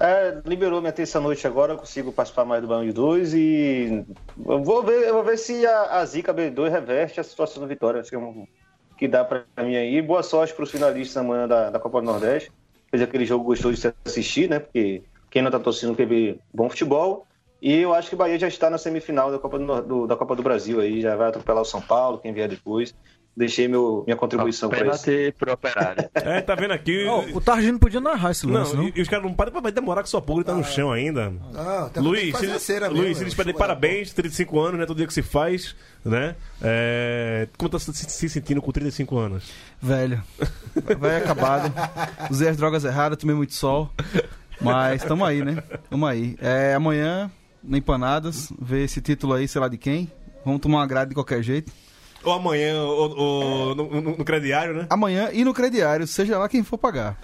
S8: É, liberou minha terça-noite agora, eu consigo participar mais do Barão de Dois e eu vou ver, eu vou ver se a, a Zica B2 reverte a situação do Vitória. Acho que, é um- que que dá pra mim aí. Boa sorte pros finalistas amanhã da, da Copa do Nordeste. Fez aquele jogo gostoso de se assistir, né? Porque quem não tá torcendo teve bom futebol. E eu acho que o Bahia já está na semifinal da Copa do, Nor- do- da Copa do Brasil aí, já vai atropelar o São Paulo, quem vier depois. Deixei meu, minha contribuição para isso.
S7: Pênalti pro operário.
S1: É, tá vendo aqui.
S5: O Targino podia narrar esse lance, não?
S1: Não, e, e os caras não param pra vai demorar que sua pulga tá no chão ainda.
S2: Não, tá
S1: Luiz, se,
S2: fazer cera
S1: Luiz,
S2: mesmo,
S1: se eles
S2: é,
S1: pedem
S2: chuva da
S1: parabéns, 35 anos, né? Todo dia que se faz, né? É, como tá se, se sentindo com 35 anos?
S4: Velho. Vai acabado. Usei as drogas erradas, tomei muito sol. Mas tamo aí, né? Tamo aí. É, amanhã, na Empanadas, ver esse título aí, sei lá de quem. Vamos tomar uma grade de qualquer jeito.
S1: Ou amanhã, ou, ou no, no- no crediário, né?
S4: Amanhã e no crediário, seja lá quem for pagar.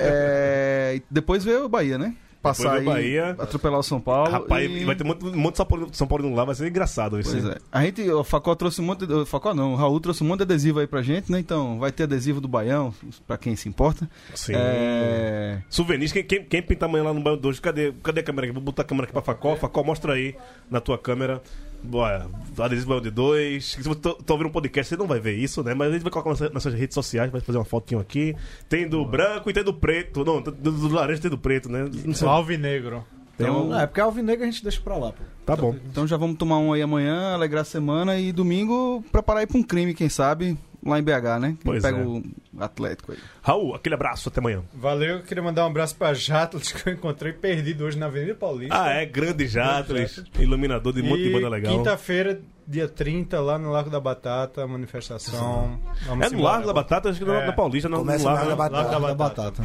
S4: É, e depois ver o Bahia, né? Passar
S1: Depois
S4: aí,
S1: vê o é, Bahia.
S4: atropelar o São Paulo.
S1: Rapaz,
S4: e-
S1: vai ter um monte, um monte de São Paulo, São Paulo lá, vai ser engraçado isso.
S4: Pois é. A gente, o Facó trouxe um monte de. O Facó não, o Raul trouxe um monte de adesivo aí pra gente, né? Então vai ter adesivo do Baião, pra quem se importa.
S1: Sim.
S4: É,
S1: Souvenirs, quem, quem, quem pintar amanhã lá no banho 2, cadê, cadê a câmera aqui? Vou botar a câmera aqui pra
S4: É.
S1: Facó. Facó, mostra aí na tua câmera. Bora, adesivo banho de 2. Se você tá tá ouvindo um podcast, você não vai ver isso, né? Mas a gente vai colocar nas nossas redes sociais, vai fazer uma fotinho aqui. Tem do branco e tem do preto. Não, do, do laranja e tem do preto, né? Não sei.
S3: Alvinegro.
S4: Então,
S5: Ah, é porque Alvinegro a gente deixa pra lá, pô.
S1: Tá bom.
S4: Então já vamos tomar um aí amanhã, alegrar a semana e domingo preparar aí pra um crime, quem sabe, lá em BH, né? Quem
S1: Pois
S4: pega
S1: é.
S4: o Atlético aí.
S1: Raul, aquele abraço, até amanhã.
S3: Valeu, eu queria mandar um abraço pra Jatlas que eu encontrei perdido hoje na Avenida Paulista.
S1: Ah, é, grande Jatles, iluminador de um monte de
S3: E
S1: banda legal.
S3: Quinta-feira, dia 30, lá no Largo da Batata, manifestação.
S1: É no Largo da Batata, acho que na- na Paulista, não, É. no
S3: Começa
S1: Largo da-
S3: Largo da Batata.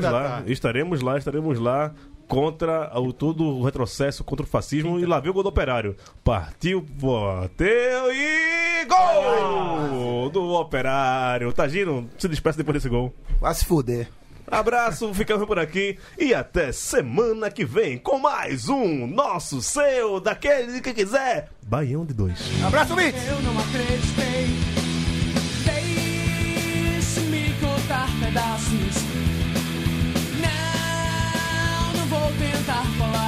S3: Cinco da
S1: lá,
S3: tarde.
S1: estaremos lá, estaremos lá contra o todo o retrocesso contra o fascismo e lá veio o gol do operário. Partiu, bateu e gol do operário. Tagino, se despeça depois desse gol.
S2: Vai se fuder.
S1: Abraço, ficamos por aqui e até semana que vem com mais um nosso, seu, daquele que quiser. Baião de dois.
S2: Abraço, Mitch!
S10: Eu não acreditei. Deixe-me cortar pedaços. Não, não vou tentar falar. é assim.